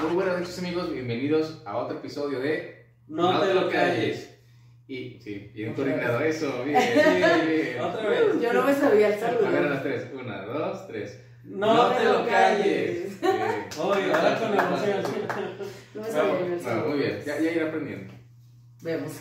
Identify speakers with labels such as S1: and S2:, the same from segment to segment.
S1: Muy buenas noches amigos, bienvenidos a otro episodio de
S2: No, te lo calles.
S1: Y sí, bien coordinado eso, bien, bien, bien.
S2: Otra vez.
S3: Yo no me sabía el
S1: A ver a
S3: saludo.
S1: las tres, una, dos, tres. Eh,
S2: No, te lo calles. Oye, ahora con emoción.
S3: No me sabía yo el
S1: Vamos, vamos,
S3: saludo.
S1: muy bien, ya, ya iré aprendiendo.
S3: Vemos.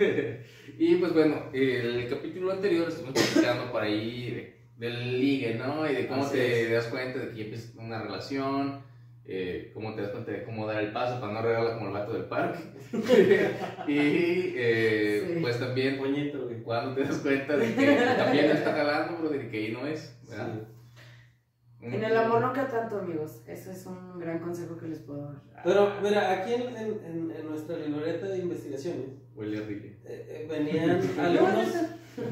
S1: Eh, y pues bueno, el capítulo anterior estuvimos platicando por ahí de- del ligue, ¿no? Y de cómo
S2: Así
S1: te das cuenta de que ya empiezas una relación, eh, cómo te das cuenta de cómo dar el paso para no regarla como el vato del parque. y eh,
S3: Sí.
S1: pues también
S2: Puñito, güey.
S1: cuando te das cuenta de que también no está jalando, pero de que ahí no es, ¿verdad?
S2: Sí.
S3: En el amor nunca tanto, amigos. Eso es un gran consejo que les puedo dar.
S1: Ah,
S2: Pero mira, aquí en, en- en- en nuestra libreta de investigaciones
S1: Huele horrible.
S2: eh, eh, venían algunos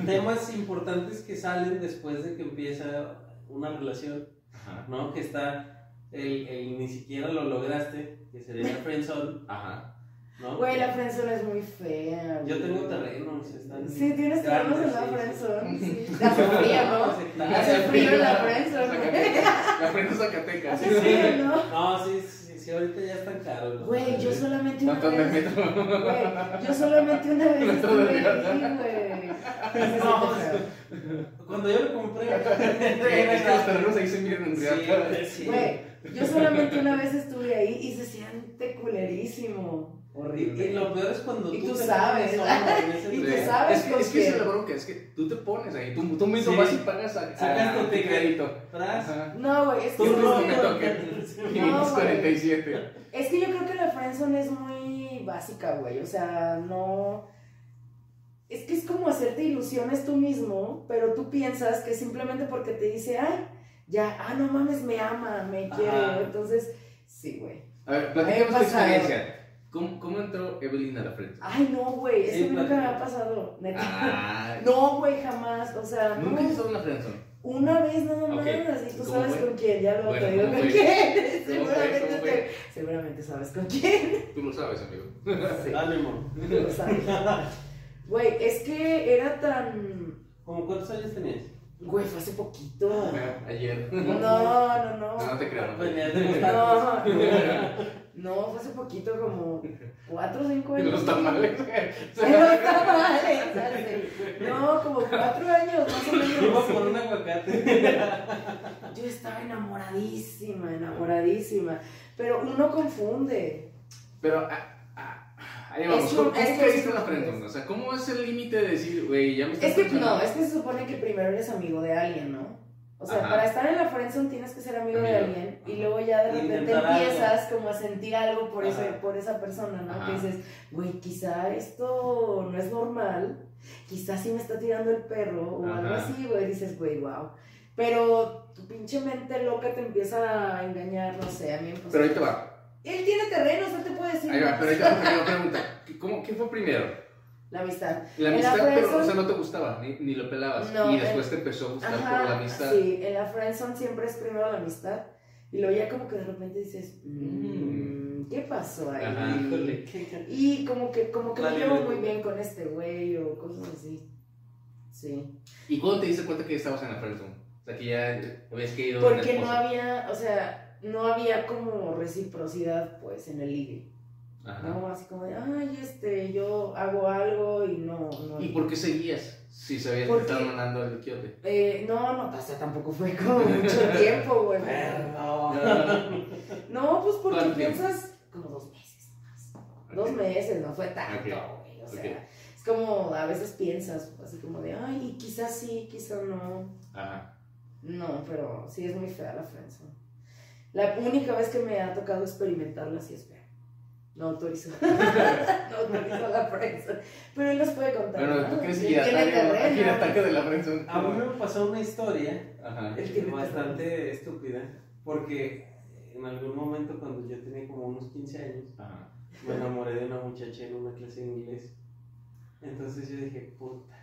S2: temas importantes que salen después de que empieza una relación,
S1: Ajá.
S2: ¿no? Que está el, el ni siquiera lo lograste, que sería la friendzone,
S1: Ajá.
S2: ¿no?
S3: Güey, la friendzone es muy fea.
S2: Yo
S3: güey.
S2: tengo terrenos, están
S3: Sí, tienes terrenos en la
S2: grandes, sí,
S3: friendzone. sí. La sufría, ¿no? Hace frío en la friendzone, güey.
S1: Zacatecas. La prensa Zacatecas.
S3: Hace frío, ¿no?
S2: No, sí, sí, sí, ahorita ya están caros. ¿no?
S3: Güey, yo solamente una
S1: ¿Cuánto me
S3: vez...
S1: meto?
S3: Güey, yo solamente una vez
S1: No,
S3: estuve
S1: todavía
S3: ahí, güey.
S2: No, Cuando yo lo compré,
S1: Es que los terrenos ahí se miran en realidad.
S2: Sí, sí.
S3: Güey, yo solamente una vez estuve ahí y se siente culerísimo.
S2: Y, y lo peor es cuando
S3: Y tú
S2: te
S3: sabes,
S2: pones solo en ese
S3: Y tú
S1: Sí.
S2: lugar.
S3: sabes
S1: es que,
S3: por
S1: es que esa
S3: qué.
S1: es la bronca, es que tú te pones ahí, tú, tú mismo
S2: Sí.
S1: vas y pagas a,
S2: Sacas
S1: a-
S2: tu
S1: a
S2: ticket.
S1: crédito.
S3: Ah.
S2: Atrás,
S1: Ajá.
S3: No, güey, es que,
S2: tú
S1: Yo
S3: es,
S2: no
S1: creo que
S2: me
S3: que,
S2: toques.
S3: güey.
S1: 547.
S3: es que yo creo que la friendzone es muy básica, güey. O sea, no... Es que es como hacerte ilusiones tú mismo, pero tú piensas que simplemente porque te dice, ay, ya, ah, no mames, me ama, me quiere.
S2: Ajá.
S3: Entonces, sí, güey.
S1: A ver, platícanos tu
S3: Ay, pasado.
S1: experiencia. ¿Cómo, cómo entró Evelyn a la frente?
S3: Ay, no, güey, eso
S2: Sí,
S3: nunca me
S2: platica.
S3: ha pasado, neta.
S1: Ah,
S3: No, güey, jamás. O sea, no.
S1: Nunca has estado en la friendzone.
S3: Una vez nada más,
S1: Ok,
S3: y tú
S1: ¿cómo
S3: sabes
S1: fue?
S3: con quién, ya lo
S1: Bueno,
S3: te digo
S1: ¿cómo
S3: con
S1: fue?
S3: quién.
S1: ¿Cómo fue?
S3: Seguramente,
S1: ¿Cómo fue?
S3: te- seguramente sabes con quién.
S1: Tú lo sabes, amigo.
S3: Sí,
S2: ánimo.
S3: lo sabes. Güey, es que era tan.
S2: ¿Cómo cuántos años tenías?
S3: Güey, fue hace poquito.
S1: Ah, Ayer.
S3: No, Pues, no, no.
S1: No, no te creo. No,
S2: Venías
S1: te
S2: de los
S1: creo.
S2: tacos.
S3: No, no, no, fue hace poquito, como 4 o 5 años.
S1: Los tamales.
S3: En los tamales, ¿sabes? eh, No, como 4 años, más o
S2: Iba
S3: menos.
S2: por un aguacate.
S3: Yo estaba enamoradísima, enamoradísima. Pero uno confunde.
S1: Pero, ah, ah, ahí
S3: Es
S1: vamos.
S3: un-
S1: ¿Cómo, cómo
S3: es que es
S1: caíste en
S3: un-
S1: la friendzone? O sea, ¿cómo es el límite de decir, güey, ya me estás
S3: Es que
S1: cachando?
S3: no, es que se supone que primero eres amigo de alguien, ¿no? O sea,
S1: Ajá.
S3: para estar en la friendzone tienes que ser amigo de
S1: Amigo.
S3: alguien y
S1: Ajá.
S3: luego ya de repente
S2: Intentar algo.
S3: empiezas como a sentir algo por, ese,
S2: Ajá.
S3: por esa persona, ¿no?
S1: Ajá.
S3: Que dices, güey, quizá esto no es normal, quizá sí me está tirando el perro o algo
S1: Ajá.
S3: así, güey, dices, güey, wow. Pero tu pinche mente loca te empieza a engañar, no sé, a mí me pasó.
S1: Pero ahí te va.
S3: Él tiene terrenos, no te puede decir.
S1: Ahí va,
S3: nada.
S1: pero ahí te va. Pero yo pregunta, ¿qué- ¿cómo, ¿qué fue primero?
S3: La amistad.
S1: La
S3: En la
S1: amistad, pero, o
S3: friendzone-
S1: sea, no te gustaba, ni, ni lo pelabas.
S3: pues No, eh,
S1: y después te empezó a gustar por la amistad.
S3: Sí, en la friendzone siempre es primero la amistad. Y luego ya como que de repente dices, "Mm, ¿qué pasó ahí?
S1: Ajá.
S2: Híjole, qué-
S3: Y como que, como que me
S2: Vale,
S3: llevo
S2: vale.
S3: muy bien con este güey o cosas así. Sí.
S1: ¿Y cuándo te diste cuenta que estabas en la friendzone? O sea, que ya habías caído en la
S3: Porque no
S1: esposa.
S3: había, o sea, no había como reciprocidad pues en el ligue.
S1: Ajá.
S3: No, así como de, ay, este, yo hago algo y no, no.
S1: ¿Y por qué seguías? Si sabías que
S3: Porque-
S1: estaban mandando el quiote.
S3: Eh, no, no, o sea, tampoco fue como mucho tiempo, güey.
S2: Perro.
S3: No, pues porque
S1: ¿Cuánto tiempo?
S3: piensas como dos meses más. Dos meses, no fue tanto,
S1: Ok.
S3: güey. O sea,
S1: Ok.
S3: es como a veces piensas, así como de, ay, quizás sí, quizás no.
S1: Ajá.
S3: No, pero sí es muy fea la friendzone. La única vez que me ha tocado experimentarla sí es fea. No autorizo. no autorizo la friendzone. Pero él nos puede contar.
S1: Bueno,
S3: ¿no?
S1: ¿tú crees que
S3: Él
S1: ya
S3: tiene
S1: ataque, aquí el
S3: terreno.
S1: ataque de la friendzone?
S2: A mí me pasó una historia
S1: Ajá.
S3: Él tiene
S2: bastante estúpida, porque en algún momento cuando yo tenía como unos 15 años,
S1: Ajá.
S2: me enamoré de una muchacha en una clase de inglés. Entonces yo dije, puta,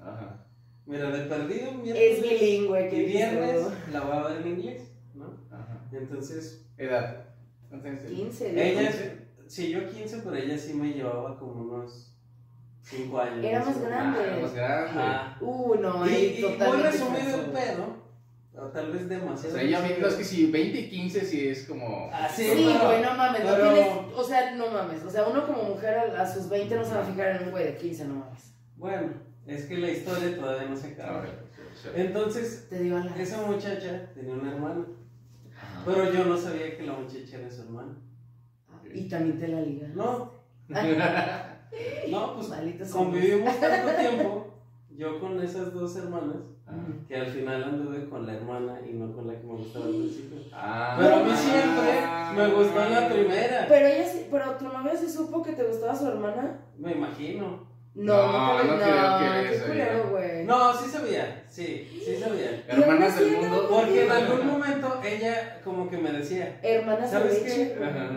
S1: Ajá.
S2: mira, de perdido
S3: Es
S2: miércoles
S3: bilingüe, que
S2: y viernes la voy a ver en inglés, ¿no?
S1: Ajá.
S2: Entonces,
S1: Edad. ¿Cuántos años tenías?
S3: 15.
S2: ella,
S3: ¿no?
S2: sí, yo 15, pero ella sí me llevaba como unos Cinco años.
S3: Era más
S2: ¿no?
S3: grande.
S1: Ah, más grande.
S2: Ajá.
S3: Uh, no, ahí
S2: Y, y muy
S3: totalmente
S2: resumido,
S3: pasado.
S2: pero o tal vez
S1: O
S2: demasiado.
S1: sea, ya vi,
S2: resumido.
S1: no, es que si 20 y 15 sí es como...
S2: Ah, sí,
S3: Sí,
S2: pero-
S3: güey, no mames, no
S2: pero-
S3: tienes- o sea, no mames, o sea, uno como mujer a, a sus 20 no se va a fijar en un güey de 15, no mames.
S2: Bueno, es que la historia todavía no se
S1: Ah,
S2: acaba.
S1: órale, o sea,
S2: Entonces,
S3: Te digo a la...
S2: esa muchacha tenía una hermana,
S1: ajá.
S2: pero yo no sabía que la muchacha era su hermana.
S3: Ah, Y también te la liga.
S2: No, no, pues
S3: Malditos
S2: convivimos tanto tiempo, yo con esas dos hermanas,
S3: Ah.
S2: que al final anduve con la hermana y no con la que me gustaba al principio.
S1: Ah.
S2: Pero a mí siempre me gustó la primera,
S3: Pero ella sí, pero tu novia se supo que te gustaba su hermana.
S2: me imagino.
S3: No,
S1: No,
S3: te-
S1: no creo que
S3: qué
S1: eso,
S3: culero, güey.
S2: No, sí sabía, sí, sí sabía.
S1: Hermanas
S3: Pero
S1: del
S3: no es
S1: mundo.
S2: Porque en algún momento ella como que me decía,
S3: Hermanas de
S2: ¿Sabes
S3: leche.
S2: qué?
S1: Ajá.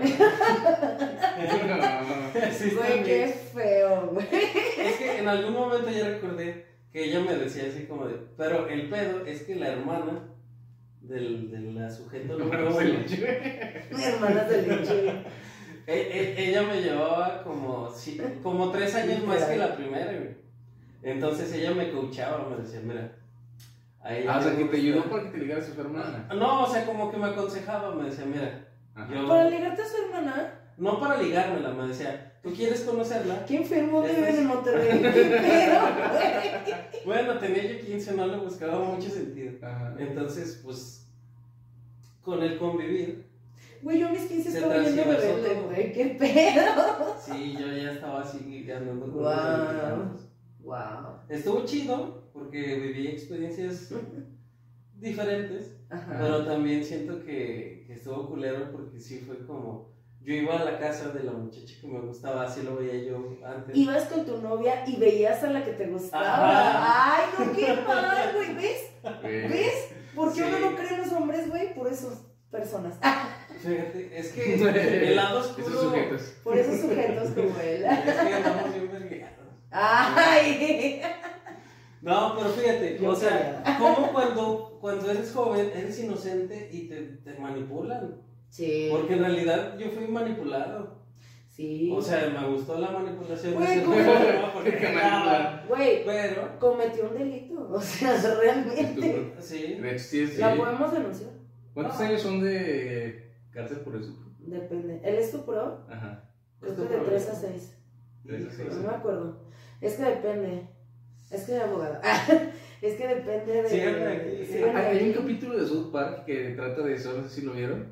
S2: "Sí, está
S3: Güey,
S2: bien".
S3: qué feo, güey.
S2: Es que en algún momento ya recordé que ella me decía así como de, pero el pedo es que la hermana del, de la sujeta
S1: No,
S2: no
S1: no, no, no.
S3: Hermanas de leche.
S2: E- e- ella me llevaba como, si- como tres años más que la primera, güey. Entonces ella me coachaba, me decía, mira, ahí
S1: Ah, o sea, que te ayudó para que te ligara a su hermana.
S2: No, o sea, como que me aconsejaba, me decía, mira,
S1: Ajá.
S2: yo...
S3: Para ligarte a su hermana,
S2: No para ligármela, me decía, ¿tú quieres conocerla?
S3: qué enfermo viven en Monterrey. Qué pedo, güey.
S2: Bueno, tenía yo 15, no le buscaba mucho sentido.
S1: Ajá.
S2: Entonces, pues, con el convivir,
S3: Güey, yo a mis 15
S2: Se
S3: estaba viendo
S2: transgiversó
S3: rebelde,
S2: todo.
S3: güey. Qué pedo.
S2: sí, yo ya estaba así andando con
S3: Guau.
S2: los mexicanos.
S3: Wow.
S2: Estuvo chido, porque viví experiencias diferentes,
S3: Ajá.
S2: pero también siento que, que estuvo culero porque sí fue como, yo iba a la casa de la muchacha que me gustaba, así lo veía yo antes.
S3: Ibas con tu novia y veías a la que te gustaba.
S2: Ajá.
S3: Ay, no, qué mal, güey. ¿Ves?
S1: Güey.
S3: ¿Ves? ¿Por qué
S2: Sí.
S3: uno no cree en los hombres, güey? Por esas personas.
S2: Fíjate, es que el lado oscuro...
S1: Esos sujetos.
S3: Por esos sujetos como él.
S2: Es que andamos bien vergueados.
S3: Ay.
S2: No, pero fíjate,
S3: Yo
S2: o sea, como cuando, cuando eres joven, eres inocente y te, te manipulan.
S3: Sí.
S2: Porque en realidad yo fui manipulado.
S3: Sí.
S2: O sea, me gustó la manipulación. de
S3: Güey,
S2: cierta
S3: ¿cómo?
S2: forma, porque
S1: Te
S2: nada.
S1: manipulan.
S3: Güey,
S2: Pero,
S3: cometió un delito. O sea, realmente.
S2: Este,
S1: Estupro.
S2: sí.
S1: De hecho, sí es-
S3: La
S1: sí.
S3: podemos denunciar.
S1: ¿Cuántos años son de cárcel por eso?
S3: Depende. Él estupró,
S1: Ajá.
S3: creo que de 3 a 6.
S1: Tres a seis.
S3: No me acuerdo. Es que depende. Es que de abogado. es que depende de.
S2: Síganme aquí.
S3: Síganme
S1: Ah, Hay, hay un
S3: aquí.
S1: capítulo de South Park que trata de eso, no sé si lo vieron.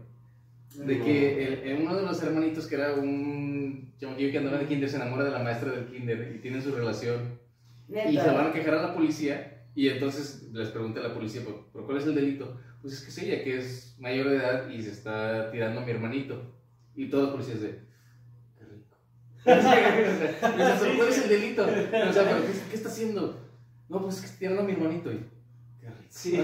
S1: De
S2: No.
S1: que eh, el- el- uno de los hermanitos que era un chavalillo que andaba de kinder se enamora de la maestra del kinder y tienen su relación.
S3: Neta.
S1: Y se van a quejar a la policía y entonces les pregunta a la policía, ¿por, por cuál es el delito? Pues es que es ella, que es mayor de edad y se está tirando a mi hermanito. Y todos los policías de...
S2: Qué rico.
S1: O sea, pero ¿Cuál es el delito? O sea, pero ¿qué, qué está haciendo? No, pues es que está tirando a mi hermanito. Y-
S2: Qué rico. Sí.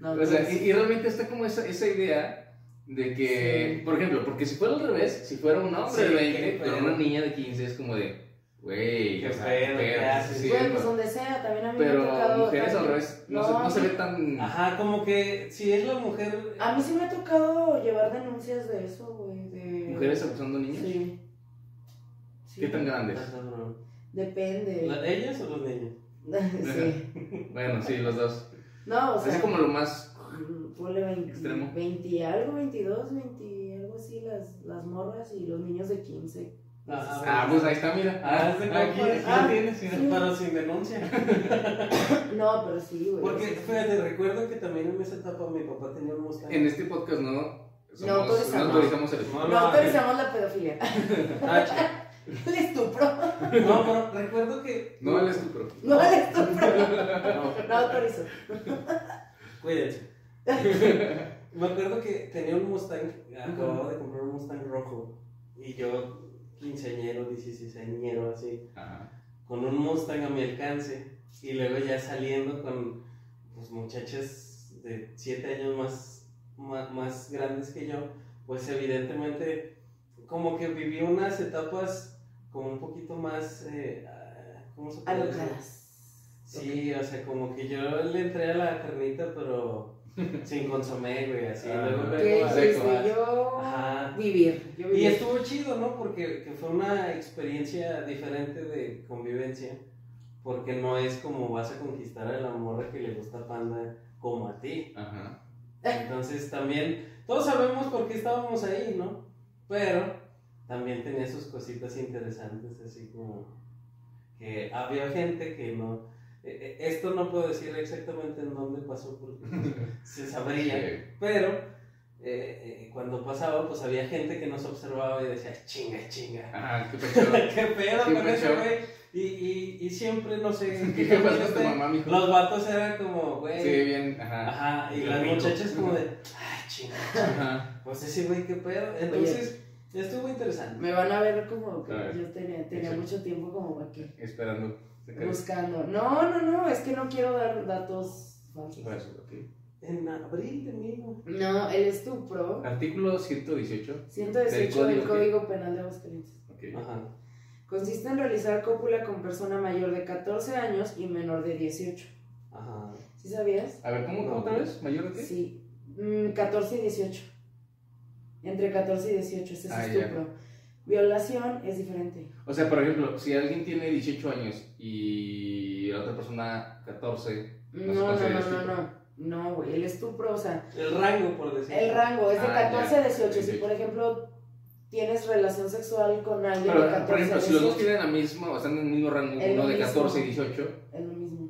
S3: No,
S1: O sea,
S3: pues,
S1: y, y realmente está como esa, esa idea de que,
S3: Sí.
S1: por ejemplo, porque si fuera al revés, si fuera un hombre
S2: Sí,
S1: de
S2: qué
S1: 20, pero
S2: pedo.
S1: una niña de 15 es como de, güey,
S2: Qué
S1: o sea,
S2: pedo,
S1: qué
S2: ¿qué
S1: pedo,
S2: haces?
S1: sí,
S3: Güey, pues
S1: pero-
S3: donde sea, también a mí me ha
S1: pero
S3: tocado.
S1: mujeres al
S3: también-
S1: revés no,
S3: No,
S1: se, no se ve tan...
S2: Ajá, como que si es la mujer.
S3: A mí sí me ha tocado llevar denuncias de eso, güey. De...
S1: ¿Mujeres abusando de niños?
S3: Sí. Sí.
S1: ¿Qué tan grandes?
S2: Ah, cabrón.
S3: Depende.
S2: ¿La- ¿Ellas o los niños?
S3: sí.
S1: Bueno, sí, los dos.
S3: No, o sea.
S1: es como lo más...
S3: mm, Ponle 20,
S1: Extremo.
S3: 20 y algo, 22, 20 y algo así, las, las morras y los niños de 15.
S1: Ah, pues ahí está, mira.
S2: Ah, es de
S1: aquí,
S2: compas.
S1: aquí
S2: Ah.
S1: lo tienes, mira.
S2: Pero sin denuncia.
S3: No, pero sí, güey.
S2: Porque, fíjate, recuerdo que también en esa etapa mi papá tenía un Mustang.
S1: En este podcast no... somos-
S3: No autorizamos.
S1: no autorizamos el...
S3: No autorizamos la pedofilia.
S2: Ah, chido.
S3: El estupro.
S2: No, pero recuerdo que.
S1: No el estupro.
S3: No, el estupro.
S2: No,
S3: No autorizo.
S2: cuídense. Me acuerdo que tenía un Mustang, acababa de comprar un Mustang rojo. Y yo, quinceañero, dieciséisñero, así,
S1: Ajá.
S2: con un Mustang a mi alcance. Y luego ya saliendo con pues, muchachas de siete años más, más, más grandes que yo, pues evidentemente, como que viví unas etapas como un poquito más. eh, ah, ¿Cómo se puede decir?
S3: Alocadas.
S2: Sí, o sea, como que yo le entré a la carnita, pero Sin consomé, güey, así.
S1: Ah,
S2: luego,
S1: ok.
S2: luego,
S3: Qué
S1: Seco,
S2: así.
S3: triste,
S1: ah.
S3: yo
S2: Ajá.
S3: vivir, yo
S2: Y
S3: vivir.
S2: estuvo chido, ¿no? Porque que fue una experiencia diferente de convivencia. Porque no es como vas a conquistar a la morra que le gusta panda como a ti.
S1: Ajá.
S2: Entonces también, todos sabemos por qué estábamos ahí, ¿no? Pero también tenía sus cositas interesantes, así como que había gente que no... eh, eh, Esto no puedo decir exactamente en dónde pasó porque se sabría.
S1: Sí.
S2: Pero eh, eh, cuando pasaba, pues había gente que nos observaba y decía, chinga, chinga.
S1: Ajá, qué pecho.
S2: ¿Qué pedo
S1: Sí,
S2: con ese
S1: macho.
S2: güey? Y, y, y siempre, no sé,
S1: ¿Qué,
S2: qué
S1: pasa con
S2: este,
S1: tu mamá, mijo?
S2: los vatos eran como, güey.
S1: Sí, bien, ajá.
S2: Ajá, y
S1: Qué
S2: las
S1: rico.
S2: muchachas como de, ah, chinga, chinga.
S1: Ajá.
S2: Pues ese güey, qué pedo. Entonces, estuvo interesante.
S3: Me van a ver como que
S1: A ver.
S3: yo tenía, tenía
S1: Échale.
S3: mucho tiempo como aquí
S1: Esperando. Se cae.
S3: buscando. No, no, no, es que no quiero dar datos falsos.
S1: Pues, ok.
S2: En abril de mismo.
S3: No, el estupro,
S1: Artículo 118.
S3: 118 del
S1: Ah, Del Código,
S3: Código Penal de Aguascalientes.
S1: Ok.
S2: Ajá.
S3: Consiste en realizar cópula con persona mayor de 14 años y menor de 18.
S2: Ajá.
S3: ¿Sí sabías?
S1: A ver, ¿cómo, cómo otra vez? ¿Mayor de qué?
S3: Sí, mm, 14 y 18. Entre 14 y 18, ese es
S1: Ah, ya.
S3: estupro. Violación es diferente.
S1: O sea, por ejemplo, si alguien tiene 18 años y la otra persona 14,
S3: No,
S1: se
S3: no,
S1: considera
S3: no, no,
S1: estupro.
S3: no. No, güey, el estupro, o sea,
S2: El rango, por decir.
S3: el rango es de
S1: Ah,
S3: 14 a 18. Si,
S1: 18.
S3: por ejemplo, tienes relación sexual con alguien de
S1: pero,
S3: 14
S1: por ejemplo,
S3: a
S1: si los
S3: 18,
S1: dos tienen la misma, o están en el mismo rango,
S3: El
S1: uno de
S3: mismo.
S1: 14 y 18,
S3: es lo mismo.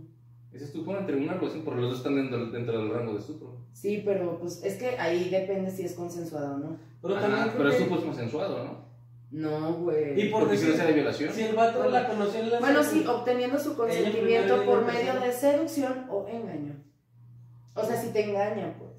S1: ese estupro entre una relación, porque los dos están dentro, dentro del rango de estupro.
S3: Sí, pero pues es que ahí depende si es consensuado o no.
S2: Pero
S1: Ajá,
S2: también.
S1: pero
S2: creo
S1: el
S2: que-
S1: estupro es consensuado, ¿no?
S3: No, güey.
S2: Y por
S1: Porque si no
S2: decir-
S1: sería violación.
S2: Si el vato la conoció en la
S3: Bueno, sí,
S2: secu-
S3: obteniendo su
S2: Ella
S3: consentimiento
S2: primero
S3: por
S2: y ella
S3: medio
S2: tercero.
S3: de seducción o engaño. O sea, si te engaña, pues.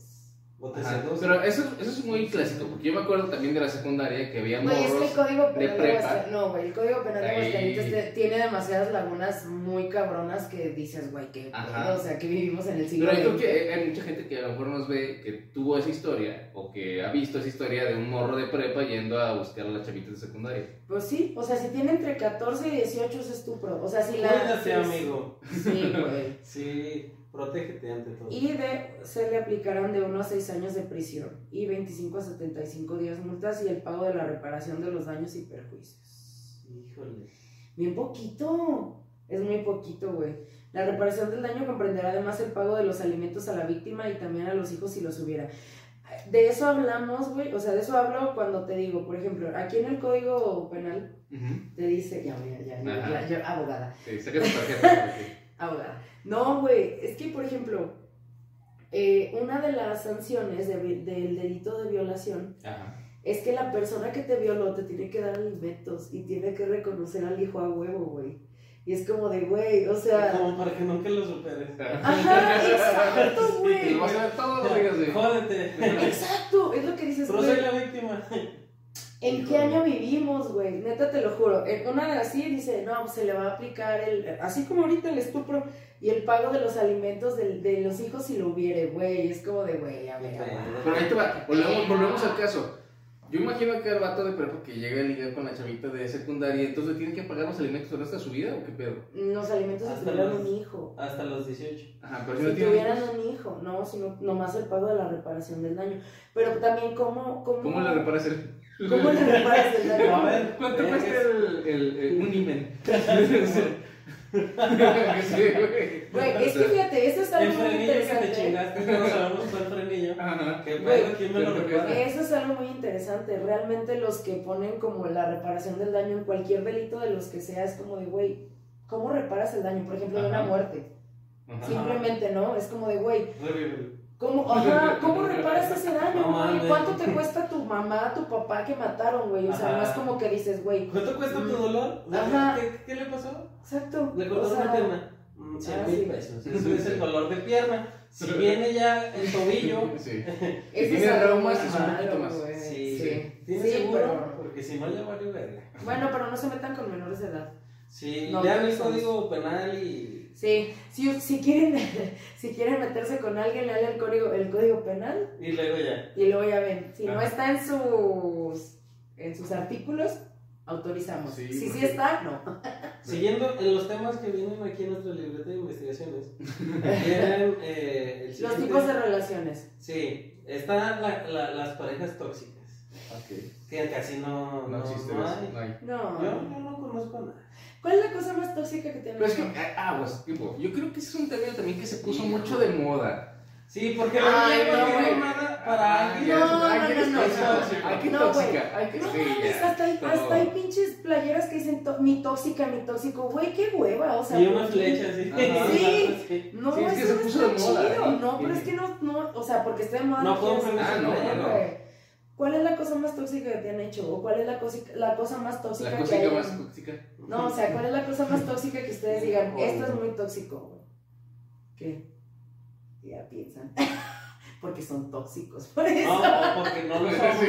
S2: O te
S1: Ajá,
S2: seduce.
S1: Pero eso, eso es muy clásico, porque yo me acuerdo también de la secundaria que había
S3: Güey, es que el
S1: morros.
S3: código
S1: de
S3: penal de
S1: prepa.
S3: Aguascalientes. No, güey, el código penal de
S1: Ahí.
S3: Aguascalientes te- tiene demasiadas lagunas muy cabronas que dices, güey, que.
S1: Ajá.
S3: O sea, que vivimos en el siglo
S1: Pero yo creo
S3: XX.
S1: que hay mucha gente que a lo mejor nos ve que tuvo esa historia o que ha visto esa historia de un morro de prepa yendo a buscar a las chavitas de secundaria.
S3: Pues sí, o sea, si tiene entre 14 y 18 es estupro. O sea, si la.
S2: Cuídate,
S3: sí,
S2: amigo.
S3: Sí, güey.
S2: Sí, protégete ante todo.
S3: Y de, se le aplicarán de 1 a 6 años de prisión y 25 a 75 días multas y el pago de la reparación de los daños y perjuicios.
S2: Híjole.
S3: Bien poquito. Es muy poquito, güey. La reparación del daño comprenderá además el pago de los alimentos a la víctima y también a los hijos si los hubiera. De eso hablamos, güey. O sea, de eso hablo cuando te digo, por ejemplo, aquí en el Código Penal te dice, ya, ya, ya, ya,
S1: Ajá.
S3: ya, ya, abogada.
S1: Sí, saca tu tarjeta. porque-
S3: Ahora, no, güey, es que, por ejemplo, eh, una de las sanciones de vi- del delito de violación
S1: Ajá.
S3: es que la persona que te violó te tiene que dar alimentos y tiene que reconocer al hijo a huevo, güey. Y es como de, güey, o sea...
S2: Como para que nunca lo superes.
S3: Ajá, exacto,
S1: Y
S3: güey.
S1: lo vas a ver todos los días de-
S2: Jódete.
S3: Exacto, es lo que dices,
S2: Pero soy
S3: güey.
S2: la víctima.
S3: ¿En qué año vivimos, güey? Neta, te lo juro. En una de así dice, no, se le va a aplicar el... Así como ahorita el estupro y el pago de los alimentos del- de, los hijos si lo hubiere, güey. Es como de, güey, a ver, a ver.
S1: Pero ahí te va, volvemos, volvemos al caso. Yo imagino que el vato de prepa que llega a ligar con la chavita de secundaria, entonces tiene que pagar los alimentos el resto de su vida o qué pedo.
S3: Los alimentos si
S2: Hasta
S3: tuvieran
S2: los-
S3: un hijo.
S2: Hasta los 18.
S1: Ajá, pero si no
S3: Si
S1: tiene.
S3: tuvieran un hijo, no, sino nomás el pago de la reparación del daño. Pero también, ¿cómo, cómo,
S1: ¿Cómo le reparas el.?
S3: ¿cómo le reparas el daño?
S2: A ver,
S1: ¿Cuánto
S2: eh,
S1: cuesta el, el, el- un imen? Sí, güey.
S3: Güey, es que fíjate, esto es
S2: El
S3: algo muy
S2: frenillo que te
S3: interesante. ¿eh?
S2: chingaste. No sabemos cuál frenillo.
S1: Ajá.
S2: Que
S3: Güey,
S2: bueno, ¿quién me lo
S1: yo creo que-
S2: recuerda?
S3: Eso es algo muy interesante. Realmente los que ponen como la reparación del daño en cualquier delito de los que sea es como de, güey, ¿cómo reparas el daño? Por ejemplo, de una
S1: Ajá.
S3: muerte.
S1: Ajá.
S3: Simplemente, ¿no? Es como de, güey,
S2: Revívelo.
S3: ¿cómo, ajá, ¿cómo reparas ese daño,
S2: Pues No
S3: güey?
S2: mames.
S3: ¿Cuánto te cuesta tu mamá, tu papá que mataron, güey? O sea,
S2: Ajá.
S3: no es como que dices, güey,
S2: ¿Cuánto cuesta tu dolor?
S3: Mm. Ajá.
S2: ¿Qué, qué le pasó?
S3: exacto.
S2: Le
S3: o
S2: cortaron
S3: sea,
S2: una pierna. Mm,
S3: ah,
S2: 100 mil
S3: sí.
S2: pesos. Eso es el dolor de pierna. Si viene ya el tobillo.
S1: Sí.
S3: ese
S1: tiene
S3: es algo
S1: traumas,
S3: muy
S1: es un poquito
S3: malo,
S1: más.
S3: güey,
S2: Sí,
S3: sí.
S2: ¿Tienes
S3: Sí,
S2: seguro?
S3: pero-
S2: Porque si no, ya vale verga.
S3: Bueno, pero no se metan con menores de edad.
S2: Sí,
S3: No,
S2: ya
S3: no
S2: en el
S3: somos.
S2: código penal y.
S3: Sí, si, si, quieren, si quieren meterse con alguien, lean el código, el código penal
S2: Y luego ya.
S3: Y luego ya ven, si no
S1: Ajá.
S3: está en sus en sus artículos, autorizamos.
S1: Sí,
S3: si sí
S1: porque-
S3: está, no.
S2: Siguiendo en los temas que vienen aquí en nuestra libreta de investigaciones, vienen eh, el
S3: Los tipos de relaciones.
S2: Sí, están la- la- las parejas tóxicas,
S1: Ok.
S2: que casi no,
S1: No existe
S2: no
S1: eso,
S2: hay.
S1: no hay.
S3: No.
S2: Yo, yo no conozco nada.
S3: ¿Cuál es la cosa más tóxica que
S1: Pero es
S3: tenemos?
S1: que, ah, aguas, tipo, yo creo que ese es un término también que se puso
S2: Hijo.
S1: mucho de moda.
S2: Sí, porque
S1: Ay,
S2: no,
S1: no,
S2: no,
S1: güey.
S2: nada para
S1: Ay,
S2: alguien.
S1: ya,
S3: No,
S1: ay, que
S3: no,
S1: eres
S3: no,
S1: tóxica,
S2: no.
S1: ay, que
S3: No,
S1: tóxica, ay, que
S3: No
S1: sí,
S3: mames,
S1: ya.
S3: hasta hay,
S1: todo.
S3: hasta hay pinches playeras que dicen to- mi tóxica, mi tóxico. Güey, qué hueva, o sea.
S2: Y una flecha, sí.
S1: Ajá.
S2: Sí.
S3: No,
S1: Sí, es que
S3: eso
S1: se
S3: no
S1: puso
S3: está
S1: de moda,
S3: chido.
S1: ¿eh?
S3: No, pero es que no, no, o sea, porque está de moda.
S2: No
S3: quiere
S2: compren
S3: decir
S1: Ah,
S2: esa
S1: no,
S2: playera.
S1: no, no.
S3: que- ¿Cuál es la cosa más tóxica que te han hecho? ¿O cuál es la, cosi- la cosa más tóxica
S1: La
S3: que
S1: tóxica
S3: hayan-
S1: más tóxica.
S3: No, o sea, ¿cuál es la cosa más tóxica que ustedes digan?
S2: Híjole.
S3: Esto es muy tóxico, güey"? ¿Qué? Ya piensan. porque son tóxicos, por eso.
S2: No, porque no lo
S1: Sí,
S2: somos.
S1: sí.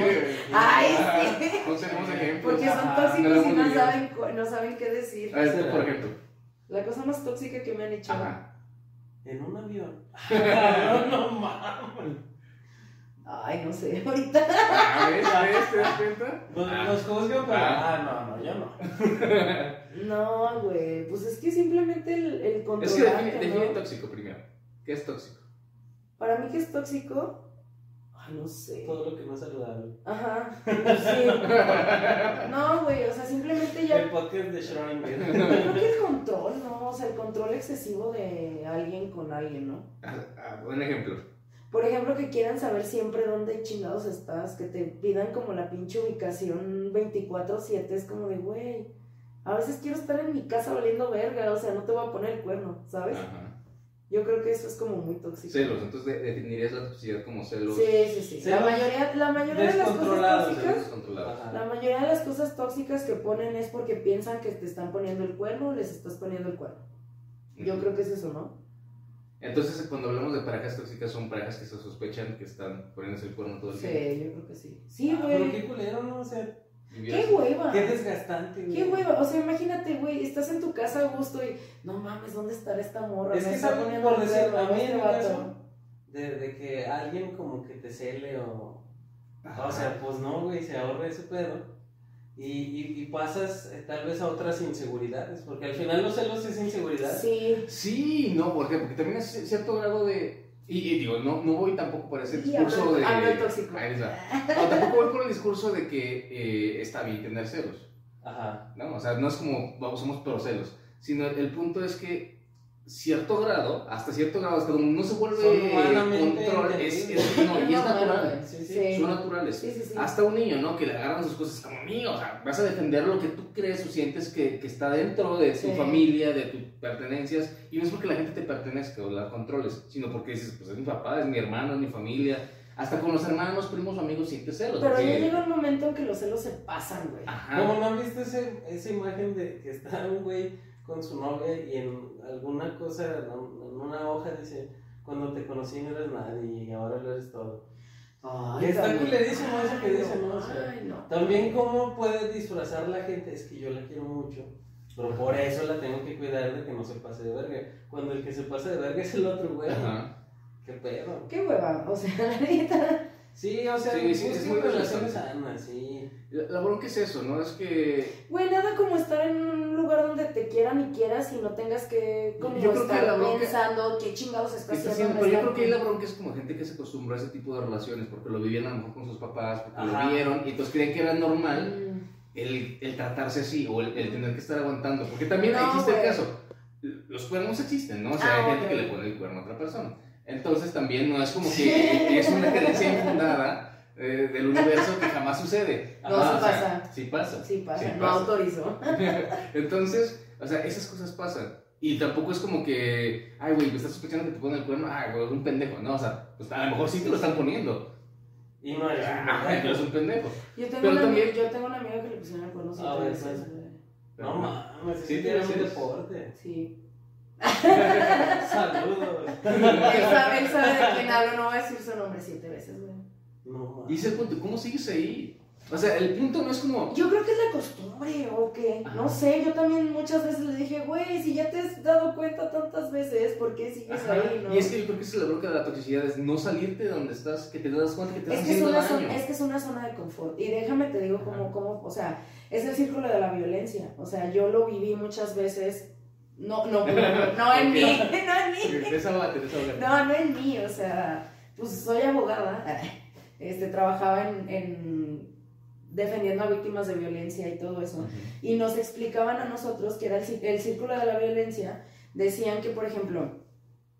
S3: Ay,
S1: Ah,
S3: sí.
S1: Conservemos ejemplos.
S3: Porque son
S2: Ajá,
S1: no lo
S3: tóxicos y
S1: hemos
S3: no
S1: vivido.
S3: saben, cu- no saben qué decir.
S1: A ver, tú, por ejemplo.
S3: La cosa más tóxica que me han hecho.
S1: Ajá.
S2: En un avión. no, no mames.
S3: Ay, no sé, ahorita.
S1: A ver, a ver, ¿te das cuenta?
S2: Nos,
S1: Ah.
S2: nos juzgan, pero.
S1: Ah.
S2: Ah, no, no, yo no.
S3: No, güey. Pues es que simplemente el, el
S1: Es que define,
S3: controlante,
S1: define
S3: ¿no?
S1: tóxico primero. ¿Qué es tóxico?
S3: Para mí que es tóxico. Ay, no sé.
S1: Pues-
S2: Todo lo que no es saludable.
S3: Ajá. Sí. No, güey. O sea, simplemente ya
S2: El podcast de Schrödinger.
S3: Yo creo que el control, ¿no? O sea, el control excesivo de alguien con alguien, ¿no?
S1: Ah, ah, buen ejemplo.
S3: Por ejemplo, que quieran saber siempre dónde chingados estás, que te pidan como la pinche ubicación 24-7, es como de, güey, a veces quiero estar en mi casa valiendo verga, o sea, no te voy a poner el cuerno, ¿sabes?
S1: Ajá.
S3: Yo creo que eso es como muy tóxico.
S1: Celos. Entonces de- definirías la toxicidad como celos.
S3: Sí, sí, sí. La
S2: Celos
S3: mayoría, la mayoría de las cosas
S2: descontrolados,
S3: tóxicas...
S1: Celos controlados.
S3: La
S2: Ajá.
S3: mayoría de las cosas tóxicas que ponen es porque piensan que te están poniendo el cuerno o les estás poniendo el cuerno. Yo
S1: Ujú.
S3: creo que es eso, ¿no?
S1: Entonces, cuando hablamos de parejas tóxicas, son parejas que se sospechan que están poniéndose el cuerno todo el
S3: Sí,
S1: tiempo.
S3: yo creo que sí. Sí,
S2: Ah, Pero
S3: güey.
S2: qué culero, ¿no? O sea,
S1: Vivieras-
S3: Qué hueva.
S2: qué desgastante, güey.
S3: Qué hueva. O sea, imagínate, güey, estás en tu casa a gusto y no mames, ¿dónde estará esta morra?
S2: Es
S3: Me
S2: que
S3: está
S2: saben
S3: poniendo
S2: por
S3: el
S2: decir,
S3: cuerno,
S2: a mí en
S3: este
S2: mi
S3: vato.
S2: caso, de, de que alguien como que te cele o.
S1: Ajá.
S2: O sea, pues no, güey, se ahorra ese pedo. Y, y, y pasas eh, tal vez a otras inseguridades, porque al final los celos es inseguridad.
S3: Sí.
S1: Sí, no, ¿por qué? Porque también es cierto grado de. Y, y digo, no, no voy tampoco por ese
S3: Y hablo,
S1: discurso de.
S3: hablo tóxico.
S1: Ahí está. No, tampoco voy por el discurso de que eh, está bien tener celos.
S2: Ajá.
S1: ¿no? O sea, no es como vamos, somos procelos. Sino el, el punto es que cierto grado, hasta cierto grado, hasta donde no se
S2: Son
S1: vuelve
S2: humanamente
S1: control, es, es,
S2: entendibles.
S1: no, y es natural.
S3: Sí,
S2: Sí, sí.
S3: sí.
S1: Son naturales.
S3: Sí, sí, sí.
S1: Hasta un niño, ¿no? Que le agarran sus cosas como mío, o sea, vas a defender lo que tú crees o sientes que, que está dentro de tu
S3: Sí.
S1: familia, de tus pertenencias, y no es porque la gente te pertenezca o la controles, sino porque dices, pues es mi papá, es mi hermano, es mi familia, hasta con los hermanos, primos o amigos sientes celos.
S3: Pero
S1: porque-
S3: ya llega un momento en que los celos se pasan, güey.
S1: Ajá.
S2: ¿Cómo no han visto ese- esa imagen de que está un güey con su novia y en alguna cosa, en una hoja dice, cuando te conocí no eres nadie y ahora lo eres todo?
S3: Ay,
S2: Está
S3: cabrón.
S2: culerísimo eso que
S3: Ay,
S2: dice, ¿no? O sea,
S3: Ay, no.
S2: También cómo puede disfrazar la gente, es que yo la quiero mucho, pero por eso la tengo que cuidar de que no se pase de verga. Cuando el que se pasa de verga es el otro güey.
S1: Ajá.
S2: ¿Qué pedo?
S3: Qué hueva. O sea, la neta.
S2: Sí, o sea,
S1: Sí, sí,
S2: busquen
S1: es muy
S2: relaciones
S1: desgastante.
S2: sanas, sí.
S1: La, la bronca es eso, ¿no? Es que
S3: Güey, nada como estar en un lugar donde te quieran y quieras y no tengas que como
S1: Yo creo que
S3: estar
S1: la bronca-
S3: pensando qué chingados está
S1: está
S3: haciendo.
S1: haciendo,
S3: me
S1: pero yo
S3: está-
S1: creo que ahí la bronca es como gente que se acostumbró a ese tipo de relaciones, porque lo vivían a lo mejor con sus papás, porque
S2: Ajá.
S1: lo vieron, y entonces creían que era normal.
S3: Mm.
S1: el, el tratarse así o el, el tener que estar aguantando. Porque también
S3: No,
S1: existe el
S3: güey.
S1: caso. Los cuernos existen, ¿no? O
S3: Ah,
S1: sea, hay gente
S3: ok.
S1: que le pone el cuerno a otra persona. Entonces también no es como que es una creencia infundada eh, del universo que jamás sucede.
S3: No,
S1: Ajá,
S3: sí
S1: o sea, sí pasa.
S3: Sí pasa,
S1: Sí
S3: no
S1: pasa.
S3: autorizó.
S1: Entonces, o sea, esas cosas pasan. Y tampoco es como que, ay, güey, me estás sospechando que te ponen el cuerno, ay, güey, es un pendejo. No, o sea, pues a lo mejor sí te lo están poniendo.
S2: Y no es
S1: Ay, pero es un pendejo.
S3: Yo tengo,
S1: Pero
S3: una,
S1: también-
S3: amiga- yo tengo una amiga que le pusieron el cuerno siete
S2: A ver,
S3: veces,
S2: pues.
S3: güey.
S2: No mames,
S1: Sí,
S2: sí, tiene
S1: sí,
S2: un
S1: sí.
S2: deporte.
S3: Sí.
S2: Saludos.
S3: Él sabe, él sabe de quién hablo, no va a decir su nombre siete veces, güey.
S2: No
S1: Y
S2: mames.
S1: ese punto, ¿cómo sigues ahí? O sea, el punto no es como,
S3: Yo creo que es la costumbre, o qué.
S1: Ajá.
S3: No sé, yo también muchas veces le dije, güey, si ya te has dado cuenta tantas veces, ¿por qué sigues
S1: Ajá,
S3: ahí, no?
S1: Y es que yo creo que esa es la bronca de la toxicidad, es no salirte de donde estás, que te das cuenta que te
S3: Es
S1: estás
S3: que es,
S1: haciendo
S3: una
S1: daño.
S3: zona, es que es una zona de confort. Y déjame te digo
S1: Ajá.
S3: cómo, cómo, o sea, es el círculo de la violencia. O sea, yo lo viví muchas veces No, no, no, no en mí,
S1: Ok.
S3: no en mí.
S1: Desahógate, desahógate.
S3: No, no en mí, o sea, pues soy abogada. Este, trabajaba en, en defendiendo a víctimas de violencia y todo eso. Y nos explicaban a nosotros que era el, cí- el círculo de la violencia. Decían que, por ejemplo,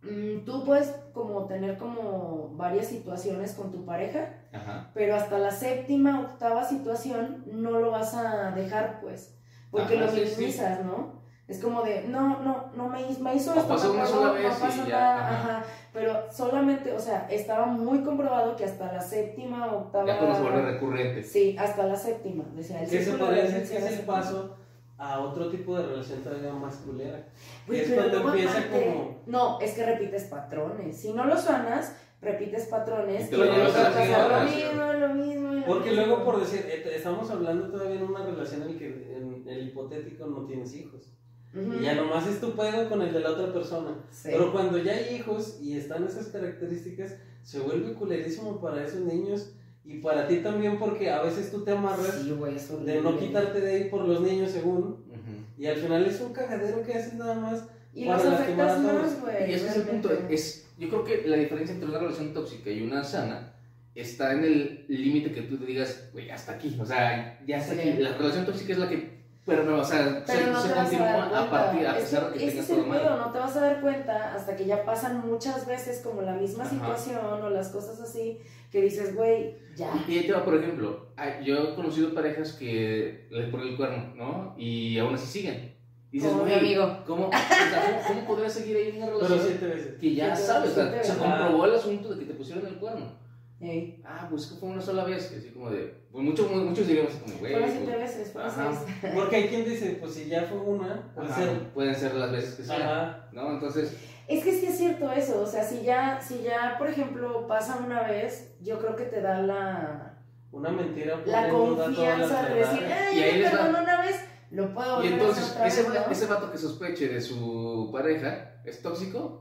S3: mm, tú puedes como tener como varias situaciones con tu pareja,
S1: Ajá.
S3: pero hasta la séptima, octava situación no lo vas a dejar, pues, porque
S1: Ajá,
S3: lo
S1: sí, sí.
S3: minimizas, ¿no? Es como de, no, no, no me, hiz- me hizo
S1: O
S3: esto,
S1: pasó
S3: me
S1: una
S3: pegó,
S1: sola
S3: no
S1: vez y
S3: pasó
S1: ya,
S3: nada,
S1: ajá.
S3: ajá. Pero solamente, o sea, estaba muy comprobado que hasta la séptima, octava...
S1: Ya cuando se vuelve recurrente.
S3: Sí, hasta la séptima. Decía, el
S2: Que se
S3: círculo de
S2: podría
S3: la
S2: decir que
S3: violencia
S2: es el
S3: era séptima.
S2: paso a otro tipo de relación todavía más culera.
S3: Güey,
S2: Es
S3: pero
S2: cuando
S3: luego
S2: empieza
S3: aparte-
S2: como-
S3: No, es que repites patrones. Si no lo sanas, repites patrones.
S1: Y te lo
S3: y
S2: llevas
S3: vuelves
S2: a la
S3: pasar lo
S1: siguiente
S3: mismo, lo mismo. y lo
S2: Porque
S3: mismo.
S2: luego, por decir, et- estamos hablando todavía en una relación en que en el hipotético no tienes hijos.
S3: Ujú,
S2: Y ya nomás es tu pedo con el de la otra persona.
S3: sí.
S2: Pero cuando ya hay hijos y están esas características, se vuelve culerísimo para esos niños y para ti también, porque a veces tú te amarras
S3: Sí, güey, es
S2: de no
S3: horrible.
S2: quitarte de ahí por los niños, según.
S1: Ujú.
S2: Y al final es un cagadero que haces nada más.
S3: Y
S2: para
S3: los
S2: lastimar a
S3: afectas
S2: todos.
S3: más, güey.
S1: Y ese es el punto.
S3: realmente.
S1: Es, yo creo que la diferencia entre una relación tóxica y una sana está en el límite que tú te digas, güey, hasta aquí. O sea, ya hasta
S3: Sí.
S1: aquí. La relación tóxica es la que permea, o sea,
S3: Pero
S1: se,
S3: no
S1: se
S3: te vas a
S1: continúa
S3: dar
S1: a,
S3: cuenta.
S1: partir, a
S3: Es
S1: pesar de que
S3: ese
S1: tengas
S3: es el
S1: todo mal.
S3: pedo, no te vas a dar cuenta hasta que ya pasan muchas veces como la misma
S1: Ajá.
S3: situación o las cosas así que dices, güey, ya.
S1: Y ahí te va, por ejemplo, ah, yo he conocido parejas que les ponen el cuerno, ¿no? Y aún así siguen. Y dices,
S3: Como mi
S1: "Güey,
S3: amigo".
S1: ¿cómo, o sea, ¿cómo, cómo podrías seguir ahí en una
S2: Pero
S1: relación
S2: siete veces.
S1: que ya
S3: Que te
S1: sabes? o sea,
S3: resulte
S1: se
S2: verdad.
S1: comprobó el asunto de que te pusieron el cuerno.
S3: Ey,
S1: Ah, pues que fue una sola vez, que así como de... Pues muchos, muchos dirían así como, güey...
S3: fueron
S1: pues,
S3: siete veces, fueron
S1: Ajá.
S3: seis.
S2: Porque hay quien dice, pues si ya fue una, puede
S1: pues, ajá,
S2: ser.
S1: pueden ser las veces que sea,
S2: Ajá.
S1: ¿no? Entonces,
S3: Es que sí es cierto eso, o sea, si ya, si ya, por ejemplo, pasa una vez, yo creo que te da la,
S2: Una mentira.
S3: la
S2: pone en duda todas las
S3: confianza de
S2: verdades.
S3: decir, "Eh". ay,
S1: Y ahí
S3: ya me
S1: les va.
S3: perdono una vez, lo puedo
S1: y
S3: volver a hacer
S1: entonces,
S3: otra
S1: ese,
S3: vez, ¿no?
S1: ese vato que sospeche de su pareja, ¿es tóxico?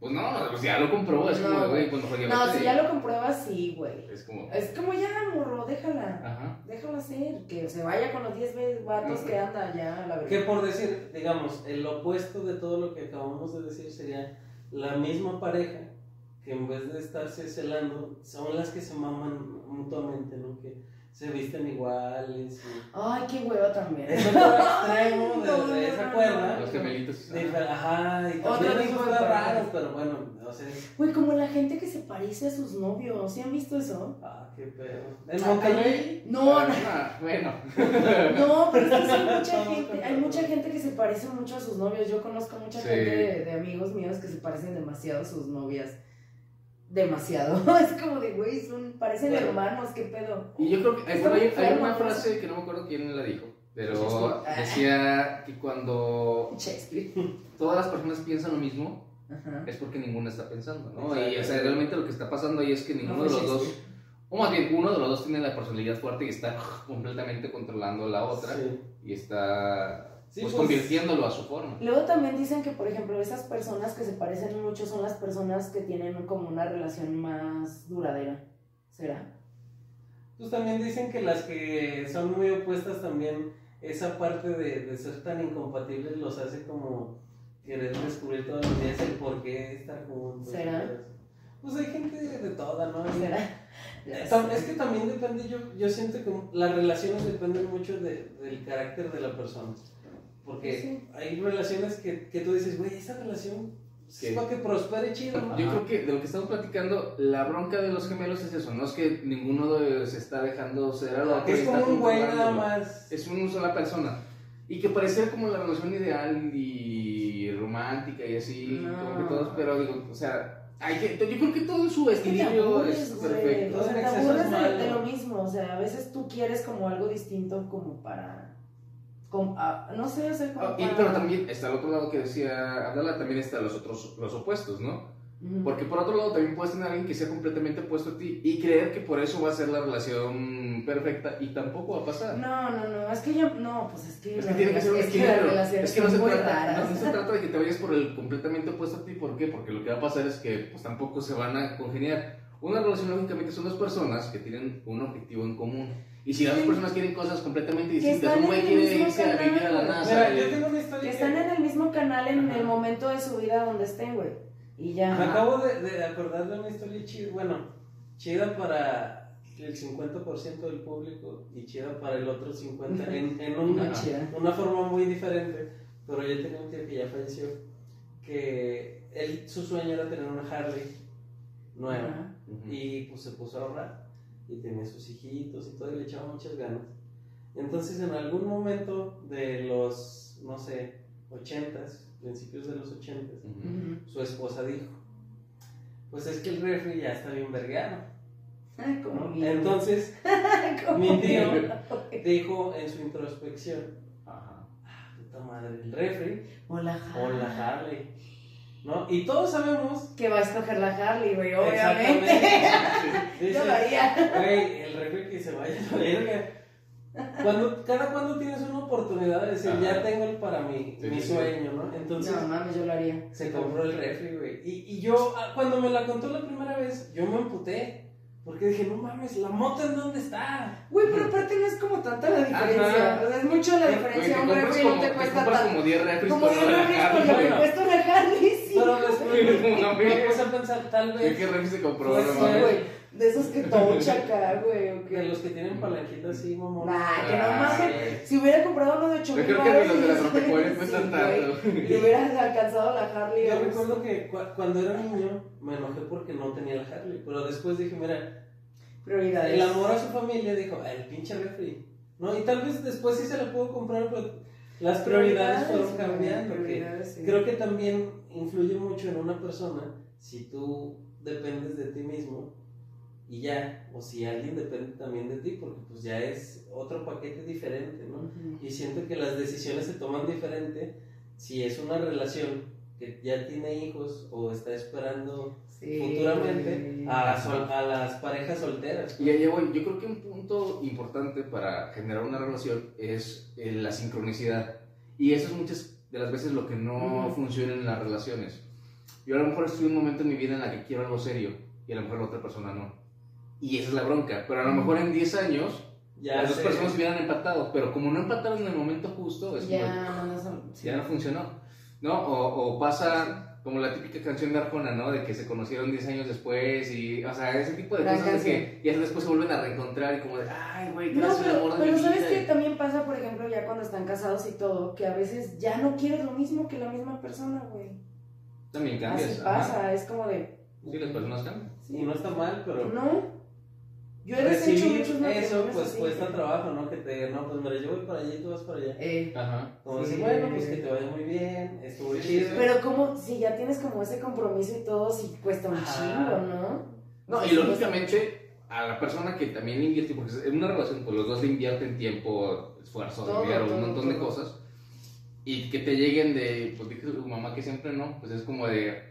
S1: Pues no, pues ya lo comprobó, es como
S3: No.
S1: de, güey, cuando fue que
S3: No,
S1: vete".
S3: si ya lo compruebas, sí, güey.
S1: Es como,
S3: Es como ya, morro, déjala,
S1: ajá.
S3: déjala ser, que se vaya con los 10 ve- vatos que anda ya, la
S2: Que
S3: verdad.
S2: por decir, digamos, el opuesto de todo lo que acabamos de decir sería la misma pareja que en vez de estarse celando, son las que se maman mutuamente, ¿no? Que se visten iguales. y-
S3: Ay, qué hueva también.
S2: Es otro extremo de-
S3: No,
S2: de esa
S3: no,
S2: cuerda.
S1: Los gemelitos.
S2: de- Ajá, y también
S3: Otro
S2: eso
S3: tipo de
S2: está
S3: pareja.
S2: raro, pero bueno, o sea,
S3: Güey, como la gente que se parece a sus novios, ¿sí han visto eso?
S2: ah, qué pedo. En Monterrey,
S3: No, no,
S1: Ah, bueno.
S3: No, pero es que sí hay mucha gente, hay mucha gente que se parece mucho a sus novios. Yo conozco mucha
S1: Sí.
S3: gente de, de amigos míos que se parecen demasiado a sus novias. Demasiado. Es como de, güey, son, parecen
S2: Bueno.
S3: hermanos, qué pedo.
S1: Y yo creo que hay,
S3: Está
S1: por ahí-
S3: muy
S1: hay
S3: feo,
S1: una
S3: ¿no?
S1: frase que no me acuerdo quién la dijo, pero
S3: Shakespeare.
S1: decía que cuando
S3: Shakespeare.
S1: todas las personas piensan lo mismo
S3: Ajá.
S1: es porque ninguna está pensando, ¿no?
S2: Exacto. pues
S1: Y o sea, realmente lo que está pasando ahí es que ninguno
S3: No
S1: de
S3: fue
S1: los dos,
S3: Shakespeare.
S1: o más bien uno de los dos tiene la personalidad fuerte y está completamente controlando a la otra
S2: sí.
S1: y está
S2: Sí,
S1: pues,
S2: pues,
S1: convirtiéndolo a su forma.
S3: Luego también dicen que, por ejemplo, esas personas que se parecen mucho son las personas que tienen como una relación más duradera. ¿Será?
S2: Pues también dicen que las que son muy opuestas también, esa parte de, de ser tan incompatibles los hace como querer descubrir todos los días el por qué estar juntos.
S3: ¿Será?
S2: Pues hay gente de toda, ¿no?
S3: ¿Será?
S2: Eh, tam- Es que también depende, yo, yo siento que las relaciones dependen mucho de- del carácter de la persona. Porque
S3: Sí.
S2: hay relaciones que, que tú dices, güey, esa relación
S1: Sí.
S2: es para que prospere chido, ¿no?
S1: Yo creo que de lo que estamos platicando, la bronca de los gemelos es eso, no es que ninguno de- se está dejando ser al otro.
S2: Que
S1: y
S2: es
S1: está
S2: como un güey nada
S1: controlándolo.
S2: más.
S1: Es una sola persona. Y que parecía como la relación ideal y romántica y así,
S3: No.
S1: como que todos, pero digo, o sea, hay que, yo creo que todo en su
S3: Es que te
S1: equilibrio
S3: aburres,
S1: es
S3: güey.
S1: perfecto.
S3: O sea,
S2: En
S3: te
S2: exceso
S3: aburres
S2: es
S3: de,
S2: malo.
S3: de lo mismo. O sea, a veces tú quieres como algo distinto como para... como- ah, no sé, o sea, como
S1: Ah, y-
S3: para-
S1: pero también está el otro lado que decía Abdala, también está los otros, los opuestos, ¿no?
S3: Ujú.
S1: Porque por otro lado también puedes tener a alguien que sea completamente opuesto a ti y creer que por eso va a ser la relación perfecta y tampoco va a pasar.
S3: No, no, no. Es que yo... No, pues es que...
S1: Es que
S3: las
S1: tiene que ser un
S3: relaciones- es que las
S1: equilibrio.
S3: relaciones
S1: Es que no se,
S3: son muy
S1: trata,
S3: raras.
S1: no, no se trata de que te vayas por el completamente opuesto a ti. ¿Por qué? Porque lo que va a pasar es que pues, tampoco se van a congeniar. Una relación lógicamente son dos personas que tienen un objetivo en común. Y si las dos personas quieren cosas completamente distintas,
S3: están
S1: un güey
S3: en el
S1: quiere
S3: mismo
S1: irse a vivir a la
S3: canal.
S1: NASA.
S2: Mira,
S1: y-
S2: yo tengo una
S3: Que
S2: historia que-
S3: están en el mismo canal en
S2: Ajá.
S3: el momento de su vida donde estén, güey. Y ya.
S2: Me acabo de, de acordar de una historia chida, bueno, chida para el 50% del público y chida para el otro 50%, en, en
S3: Muy
S2: una,
S3: chida.
S2: una forma muy diferente, pero yo tenía un tío que ya falleció, que él, su sueño era tener una Harley nueva.
S3: Ajá.
S1: Ujú.
S2: Y pues se puso a ahorrar. Y tenía sus hijitos y todo, y le echaba muchas ganas. Entonces, en algún momento de los, no sé, 80s, principios de los 80s,
S1: Ujú.
S3: Ujú.
S2: su esposa dijo: Pues es que el refri ya está bien vergueado.
S3: Ay, como bien.
S2: Entonces,
S3: Ay, como
S2: mi tío
S3: bien.
S2: dijo en su introspección:
S1: Ajá.
S2: "Ah, Puta madre, el refri
S3: Hola,
S2: o la
S3: Harley.
S2: Harley. ¿no? Y todos sabemos.
S3: Que va a escoger la Harley, güey, obviamente.
S2: Exactamente.
S3: Yo lo haría.
S2: Güey, el refri que se vaya a la verga. Cuando, cada cuando tienes una oportunidad de decir,
S1: Ajá.
S2: ya tengo el para mí,
S1: Sí,
S2: mi
S1: sí, sí.
S2: sueño, ¿no? Entonces
S3: No mames, yo lo haría.
S2: se compró el refri, güey. Y, y yo, ah, cuando me la contó la primera vez, yo me emputé. Porque dije, no mames, la moto en dónde está.
S3: Güey, pero aparte no es como tanta la diferencia.
S2: Ajá.
S3: O sea, es mucho la
S1: Güey, te
S3: diferencia. Un
S1: compras
S3: refri no
S1: como,
S3: te
S1: te
S3: cuesta
S1: compras
S3: tanto.
S1: como 10 refres
S3: Como
S1: por
S3: yo
S1: la
S3: refri con lo que
S2: Bueno.
S3: cuesta una Harley, sí.
S2: Pero después me puse a pensar, tal
S1: ¿De qué
S2: vez,
S1: refri se compró?
S2: Pues,
S1: No
S3: Sí,
S1: mames.
S3: güey. De esos que tocha acá, güey. o
S2: que
S3: que-
S2: los que tienen palanquitas así, mamón.
S3: Nah, que no
S1: Ah,
S3: mames.
S1: güey.
S3: Si hubiera comprado uno de 8
S1: Yo creo que ni los de las agropecuarias cuestan tanto.
S3: Te hubieras alcanzado la Harley.
S2: Yo
S3: güey.
S2: recuerdo que cu- cuando era niño me enojé porque no tenía el Harley, pero después dije, mira,
S3: Prioridades.
S2: El amor a su familia dijo, "Ay, el pinche refri. ¿No? Y tal vez después sí se lo pudo comprar, pero las prioridades fueron
S3: güey,
S2: cambiando. que
S3: prioridades, sí.
S2: Creo que también influye mucho en una persona si tú dependes de ti mismo y ya, o si alguien depende también de ti, porque pues ya es otro paquete diferente, ¿no?
S3: Ujú.
S2: Y siento que las decisiones se toman diferente si es una relación que ya tiene hijos o está esperando
S3: Sí.
S2: futuramente
S1: ah,
S2: a las, sol- a las parejas solteras.
S1: Y allá voy. Yo creo que un punto importante para generar una relación es eh, la sincronicidad. Y eso es muchas de las veces lo que no
S3: Ujú.
S1: funciona en las relaciones. Yo a lo mejor estoy en un momento en mi vida en la que quiero algo serio y a lo mejor la otra persona no. Y esa es la bronca. Pero a lo
S3: Ujú.
S1: mejor en 10 años
S2: Ya
S1: las dos
S2: sé.
S1: personas hubieran empatado. Pero como no empataron en el momento justo, es como,
S3: Ya, no, no son.
S1: pues, ya no funcionó. ¿No? O, o pasa como la típica canción de Arjona, ¿no? De que se conocieron 10 años después y, o sea, ese tipo de
S3: La
S1: cosas de
S3: canción.
S1: que ya después se vuelven a reencontrar y como de, ay, güey, tú
S3: No,
S1: eres el amor
S3: pero,
S1: de
S3: pero
S1: mi
S3: sabes
S1: vida".
S3: que también pasa, por ejemplo, ya cuando están casados y todo, que a veces ya no quieres lo mismo que la misma persona, güey.
S1: También cambias.
S3: Así
S1: ajá.
S3: pasa, es como de.
S1: Sí, las personas cambian.
S2: Y no está mal, pero
S3: No. Yo he deshecho
S2: recibir
S3: muchos
S2: eso
S3: matrimonios
S2: pues
S3: así.
S2: cuesta trabajo, ¿no? Que te digan, no, pues mira, yo voy para allá y tú vas para allá.
S3: Eh,
S1: Ajá.
S2: Como
S3: Sí.
S2: decir, bueno, pues que te vaya muy bien, estuvo
S1: Sí,
S2: chido.
S1: sí,
S3: Pero como, si ya tienes como ese compromiso y todo, si cuesta un
S2: Ajá.
S3: chingo, ¿no?
S1: No, y lógicamente a la persona que también le invierte, porque en una relación con los dos le invierten tiempo, esfuerzo,
S3: Todo,
S1: dinero,
S3: todo,
S1: un montón de
S3: todo.
S1: cosas. Y que te lleguen de, pues dije tu mamá que siempre no, pues es como de,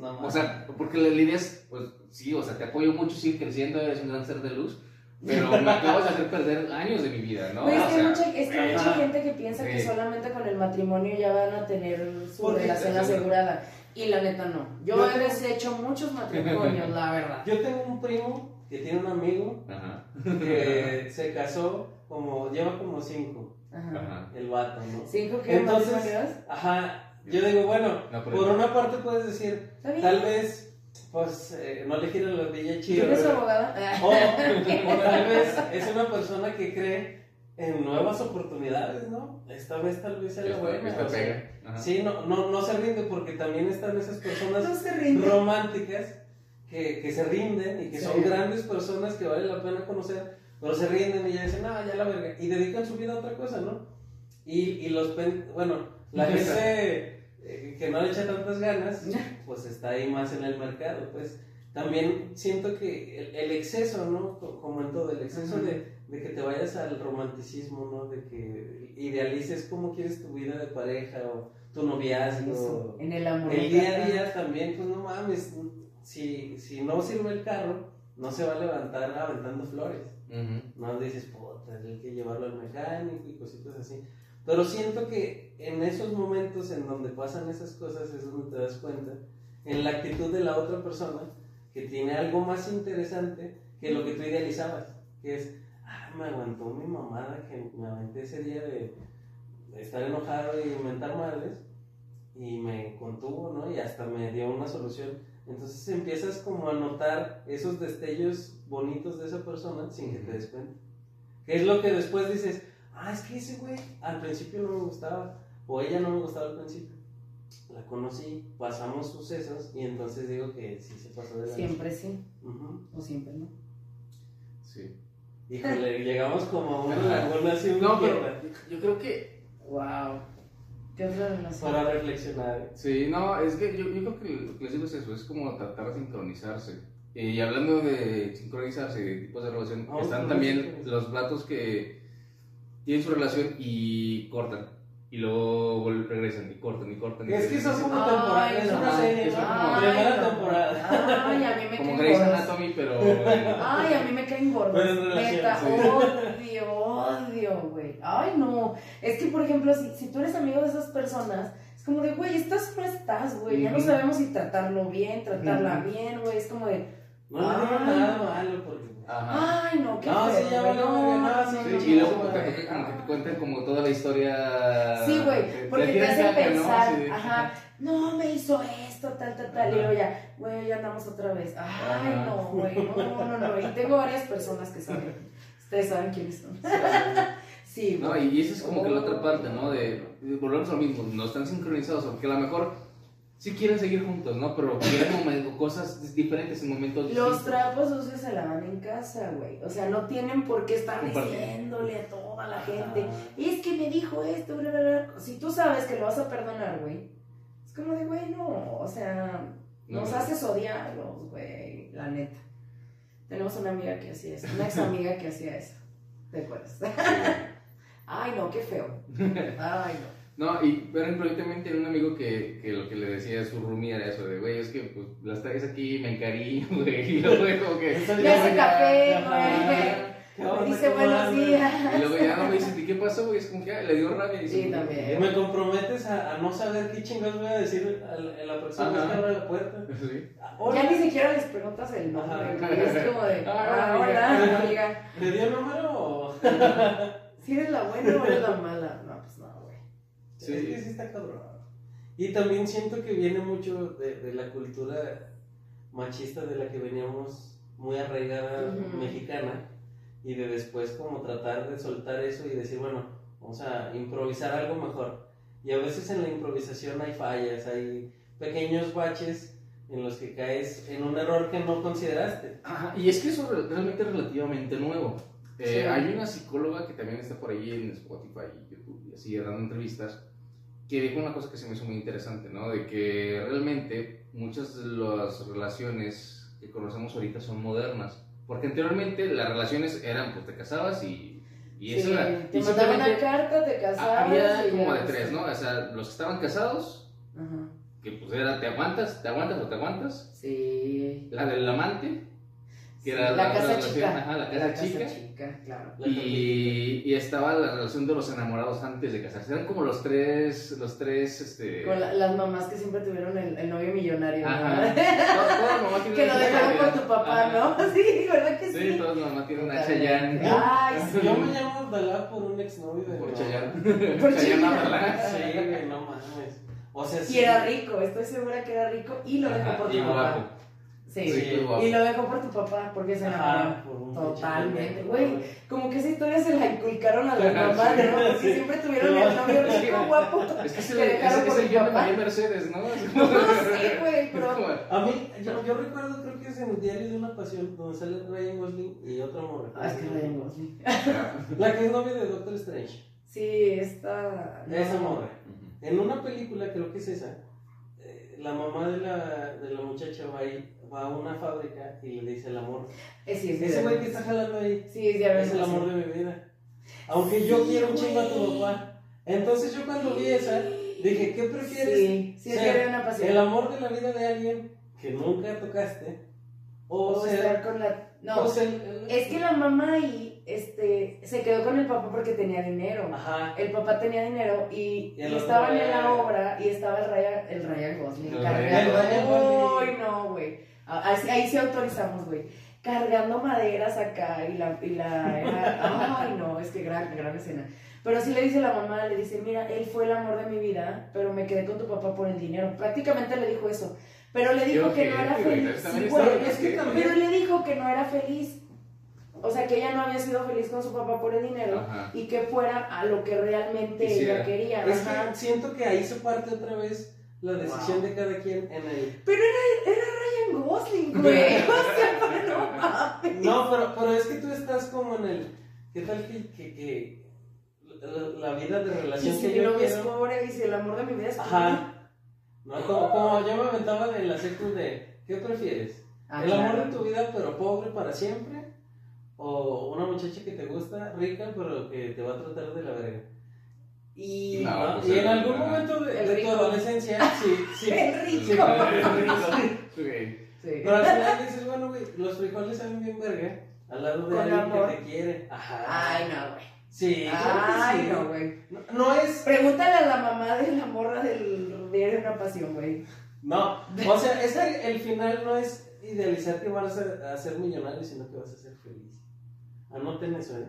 S2: No
S1: O
S2: más.
S1: sea, porque la idea es, pues sí, o sea, te apoyo mucho, sigue creciendo, eres un gran ser de luz, pero me acabas de hacer perder años de mi vida, ¿no?
S3: Güey, es
S1: o
S3: que hay
S1: sea,
S3: mucha, es que hay mucha
S2: ajá.
S3: gente que piensa que
S1: Sí.
S3: solamente con el matrimonio ya van a tener su
S2: Porque-
S3: relación asegurada. Y la neta no. Yo,
S2: Yo
S3: he
S2: tengo-
S3: deshecho muchos matrimonios, la verdad.
S2: Yo tengo un primo que tiene un amigo
S1: Ajá, Eh,
S2: que se casó como, lleva como cinco,
S3: Ajá.
S1: ajá.
S2: el vato, ¿no?
S3: ¿Cinco que
S2: Entonces-
S3: matrimonios?
S2: Ajá, yo digo, bueno,
S1: No, pero-
S2: por una parte puedes decir,
S3: ¿Está bien?
S2: tal vez, pues, eh, no le giran los villas chido.
S3: ¿Eres
S2: pero-
S3: abogada? Ah.
S2: O, o tal vez es una persona que cree en nuevas oportunidades, ¿no? Esta vez tal vez sea la
S1: Esta-
S2: buena.
S1: esta
S2: o sea,
S1: pega. Ajá.
S2: sí, no, no, no se rinde porque también están esas personas
S3: No se rinde.
S2: románticas que, que se rinden y que son
S3: Sí.
S2: grandes personas que vale la pena conocer, pero se rinden y ya dicen, ah, ya la verga, y dedican su vida a otra cosa, ¿no? Y, y los, pen- bueno, la gente eh, que no le echa tantas ganas, pues está ahí más en el mercado, pues también siento que el, el exceso, ¿no? Co- Como en todo, el exceso
S3: Ajá.
S2: de, de que te vayas al romanticismo, ¿no? De que idealices cómo quieres tu vida de pareja o tu
S3: Eso,
S2: noviazgo.
S3: en el amor.
S2: El día a día también, pues no mames, si, si no sirve el carro, no se va a levantar aventando flores.
S1: Ujú.
S2: No dices, puta, hay que llevarlo al mecánico y cositas así. Pero siento que en esos momentos en donde pasan esas cosas es donde te das cuenta, en la actitud de la otra persona, que tiene algo más interesante que lo que tú idealizabas, que es, ah, me aguantó mi mamada que me aventé ese día de, de estar enojado y inventar madres, y me contuvo, ¿no? Y hasta me dio una solución. Entonces empiezas como a notar esos destellos bonitos de esa persona sin que te des cuenta. Que es lo que después dices, ah, es que ese güey al principio no me gustaba, o ella no me gustaba al principio. La conocí, pasamos sucesos y entonces digo que sí se pasó de la
S3: Siempre sí,
S2: Ujú.
S3: o siempre no.
S1: Sí.
S2: Híjole, llegamos como a una laguna así
S1: No,
S2: inquieta
S1: pero yo creo que.
S3: Wow. Qué revelación.
S2: para reflexionar.
S1: Sí, no, es que yo, yo creo que lo que les digo es eso, es como tratar de sincronizarse. Y hablando de sincronizarse, de tipos de relación,
S2: Ah,
S1: están
S2: sí,
S1: también
S2: sí.
S1: los vatos que tienen su relación y cortan. Y luego vuelven- regresan y cortan y cortan. y
S2: Es que
S1: regresan.
S2: eso es una
S3: Ay,
S2: temporada, es una
S1: no,
S2: serie,
S1: es
S2: ¿no?
S1: como-
S2: primera
S3: no.
S2: temporada.
S3: Ay, a mí me
S1: Ah, Como
S3: caen
S1: Grey's
S3: gordos.
S1: Anatomy, pero...
S3: Ay, a mí me caen gordos.
S2: Pero en relación,
S3: Neta,
S1: sí.
S3: odio, odio, güey. Ay, no. Es que, por ejemplo, si, si tú eres amigo de esas personas, es como de, güey, estás o no estás, güey. Ya no
S1: Ujú.
S3: sabemos si tratarlo bien, tratarla
S1: Ujú.
S3: bien, güey. Es como de,
S2: No le digo
S3: Ay. Ah,
S2: nada malo porque.
S1: Ajá.
S3: ay, no, qué
S1: Ah,
S2: No, sí,
S3: feo,
S2: ya
S3: güey,
S2: valió, güey, no, sí,
S1: Sí,
S2: no,
S1: y luego
S2: güey.
S1: te toca como que te cuentan como toda la historia...
S3: Ah. Sí,
S1: de-
S3: güey,
S1: de
S3: porque te
S1: tira y
S3: hacen
S1: saca, ¿no?
S3: pensar,
S1: Así de-
S3: ajá, no, me hizo esto, tal, tal, tal, y
S1: Ajá.
S3: luego ya, güey, ya andamos otra vez. Ay,
S1: Ajá.
S3: no, güey, no, no, no, no, y tengo varias personas que saben, ustedes saben quiénes son. Sí,
S1: No,
S3: güey.
S1: y esa es como que la otra parte, ¿no? De, de volvemos a lo mismo, no están sincronizados, porque a lo mejor sí quieren seguir juntos, ¿no? Pero quieren momen- cosas diferentes en momentos
S3: Los
S1: distintos.
S3: trapos sucios se lavan en casa, güey, o sea, no tienen por qué estar
S1: Compartir.
S3: diciéndole a toda la gente, es que me dijo esto, bla, bla, bla. Si tú sabes que lo vas a perdonar, güey, es como de, güey, no, o sea, Nos haces odiarlos, güey, la neta. Tenemos una amiga que hacía eso, una ex amiga que hacía eso. ¿Te acuerdas? Ay, no, qué feo. Ay, no.
S1: No, y por ejemplo, yo también tenía un amigo que, que lo que le decía a su roomie era eso de, güey, es que pues las traes aquí, me encariño, güey, y luego güey, como que...
S2: Eso
S1: y
S3: Le
S1: luego
S3: hace
S1: ya- ah,
S3: café,
S2: ajá.
S3: güey.
S2: ¿Qué onda,
S3: Dice
S2: cómo
S3: buenos
S2: andas?
S1: Y
S3: días.
S1: luego ya no me dice, ¿y qué pasó, güey? Es como que ah, le dio rabia y dice,
S3: Sí, también.
S2: Me comprometes a, a no saber qué chingados voy a decir a la, a la persona
S1: Ajá.
S2: que abre la puerta.
S1: Sí.
S3: Ya
S2: Hola,
S3: ni siquiera les preguntas el nombre,
S2: Ajá.
S3: güey. Es como de,
S1: Ah,
S3: ah, hola,
S2: amiga.
S3: amiga.
S2: ¿te dio número o.?
S3: Si eres la buena o eres la mala. No, pues no, güey.
S1: Sí.
S2: Es que sí está cabrón. Y también siento que viene mucho de, de la cultura machista de la que veníamos muy arraigada
S3: Ujú.
S2: mexicana y de después como tratar de soltar eso y decir, bueno, vamos a improvisar algo mejor. Y a veces en la improvisación hay fallas, hay pequeños baches en los que caes en un error que no consideraste.
S1: Ajá, y es que eso re- realmente es relativamente nuevo. Eh,
S3: Sí.
S1: Hay una psicóloga que también está por ahí en Spotify y YouTube y así dando entrevistas que dijo una cosa que se me hizo muy interesante, ¿no? De que realmente muchas de las relaciones que conocemos ahorita son modernas. Porque anteriormente las relaciones eran, pues te casabas y, y eso
S3: Sí,
S1: era.
S3: Te
S1: y
S3: mandaban una
S1: simplemente
S3: carta, te casabas.
S1: había
S3: y
S1: como
S3: ya,
S1: de tres, ¿no? O sea, los que estaban casados,
S3: Ajá.
S1: que pues era te aguantas, te aguantas o te aguantas.
S3: Sí.
S1: La del amante, que
S3: Sí,
S1: era
S3: la casa
S1: relación,
S3: chica.
S1: ajá, la casa chica.
S3: claro.
S2: La
S1: Y, y estaba la relación de los enamorados antes de casarse. Eran como los tres, los tres, este...
S3: Con la- las mamás que siempre tuvieron el, el novio millonario. ¿no?
S1: Ajá. Todas- todas mamás tienen
S3: que lo
S1: una
S3: dejaron
S1: Chayanne.
S3: por tu papá,
S1: Ajá.
S3: ¿no? Sí, ¿verdad que sí?
S1: Sí, todas las mamás tienen una
S3: Totalmente.
S1: Chayanne.
S3: Ay, sí.
S2: Yo me llamo Abdalá por un exnovio de
S1: Por
S2: mi
S1: Chayanne.
S2: mamá.
S3: Por
S1: Chayanne
S3: Chayanne.
S1: Abdalá.
S2: Sí, güey, no mames. O sea, sí.
S3: Y era rico, estoy segura que era rico y lo dejó
S1: Ajá,
S3: por tu
S1: y
S3: papá.
S1: guapo.
S3: Sí.
S1: Sí, muy guapo.
S3: Y lo dejó por tu papá porque se enamoró.
S2: Ajá, por un
S3: Totalmente,
S2: pinche
S3: güey.
S2: pendejo,
S3: Como que esa historia se la inculcaron a las mamás,
S1: Sí,
S3: ¿no? Porque
S2: sí.
S3: siempre tuvieron el novio rico, guapo.
S1: Es que es
S3: Te
S1: el,
S3: dejaron
S1: es, es
S3: por
S1: el
S3: tu
S1: yo de
S3: papá.
S1: María Mercedes, ¿no? Es
S3: No,
S1: como-
S3: sí, güey,
S1: es
S3: pero.
S1: como-
S2: A mí, yo, yo recuerdo, creo que es en el diario de una pasión, donde sale Ryan Gosling y otra morra.
S3: Ay, Ah, es que Ryan Gosling.
S1: "Ah,
S2: La que es novia de Doctor Strange.
S3: Sí, esta.
S2: Esa morra. En una película, creo que es esa, eh, la mamá de la, de la muchacha va, ahí, va a una fábrica y le dice el amor.
S3: Eh, sí, es de-
S2: Ese güey que está jalando ahí
S3: Sí, es de Ryan
S2: es el
S3: Gosling.
S2: amor de mi vida. Aunque yo
S3: Sí,
S2: quiero un chingo a
S3: güey.
S2: tu papá. Entonces yo cuando vi esa, dije, ¿qué prefieres?
S3: Sí, sí, es
S2: ser
S3: que era una pasión.
S2: El amor de la vida de alguien que nunca tocaste. O,
S3: O
S2: ser-
S3: estar con la. No,
S2: o ser-
S3: es que la mamá ahí este, se quedó con el papá porque tenía dinero.
S2: Ajá.
S3: El papá tenía dinero y,
S2: Y el
S3: y
S2: otro
S3: estaban en
S2: era-
S3: la obra y estaba el Ryan, el Ryan Gosling
S1: El
S3: cargando.
S2: Ryan Gosling.
S3: Ay, no, güey. Ah, ahí, sí- ahí sí autorizamos, güey. Cargando maderas acá y la, y la era- ay no, es que gran, gran escena. Pero sí le dice la mamá, le dice, mira, él fue el amor de mi vida, pero me quedé con tu papá por el dinero. Prácticamente le dijo eso. Pero le dijo
S1: Yo
S3: que
S1: qué,
S3: no era
S1: güey,
S3: feliz.
S1: también
S3: Sí,
S1: está
S3: güey,
S1: bien,
S3: es que
S1: que-
S3: pero le dijo que no era feliz. O sea, que ella no había sido feliz con su papá por el dinero
S1: Ajá.
S3: y que fuera a lo que realmente
S1: Quisiera.
S3: ella quería.
S2: Es
S3: Ajá.
S2: que siento que ahí se parte otra vez la decisión de cada quien en el...
S3: Pero era, era Ryan Gosling, güey. O sea, pero no mames.
S2: No, pero, pero es que tú estás como en el... ¿Qué tal que, que, que la, la vida de
S3: Y
S2: relación
S3: si
S2: que
S3: mi
S2: yo
S3: novio es
S2: quiero...
S3: pobre, y si el amor de mi vida es pobre.
S2: Ajá. No, como, como yo me aventaba en la secu de... ¿Qué prefieres?
S3: Ah,
S2: ¿El amor
S3: claro.
S2: de tu vida pero pobre para siempre? ¿O una muchacha que te gusta, rica, pero que te va a tratar de la verga? Y,
S1: No,
S2: ¿no?
S1: pues,
S2: y en
S1: el-
S2: algún
S1: ajá.
S2: momento de,
S3: El
S2: de tu
S3: rico.
S2: adolescencia, sí, sí.
S3: El
S1: Sí,
S3: rico.
S1: güey. Sí.
S3: Sí.
S2: Pero al final dices, bueno, güey, los frijoles saben bien verga al lado de
S3: Con
S2: alguien
S3: amor.
S2: que te quiere. Ajá.
S3: Ay, no, güey.
S2: Sí,
S3: Ay,
S2: creo
S3: no,
S2: que sí.
S3: güey.
S2: no, no es.
S3: Pregúntale a la mamá de la morra del diario de una pasión, güey.
S2: No, o sea, es el, el final no es idealizar que vas a, a ser millonario, sino que vas a ser feliz. Anoten eso, ¿eh?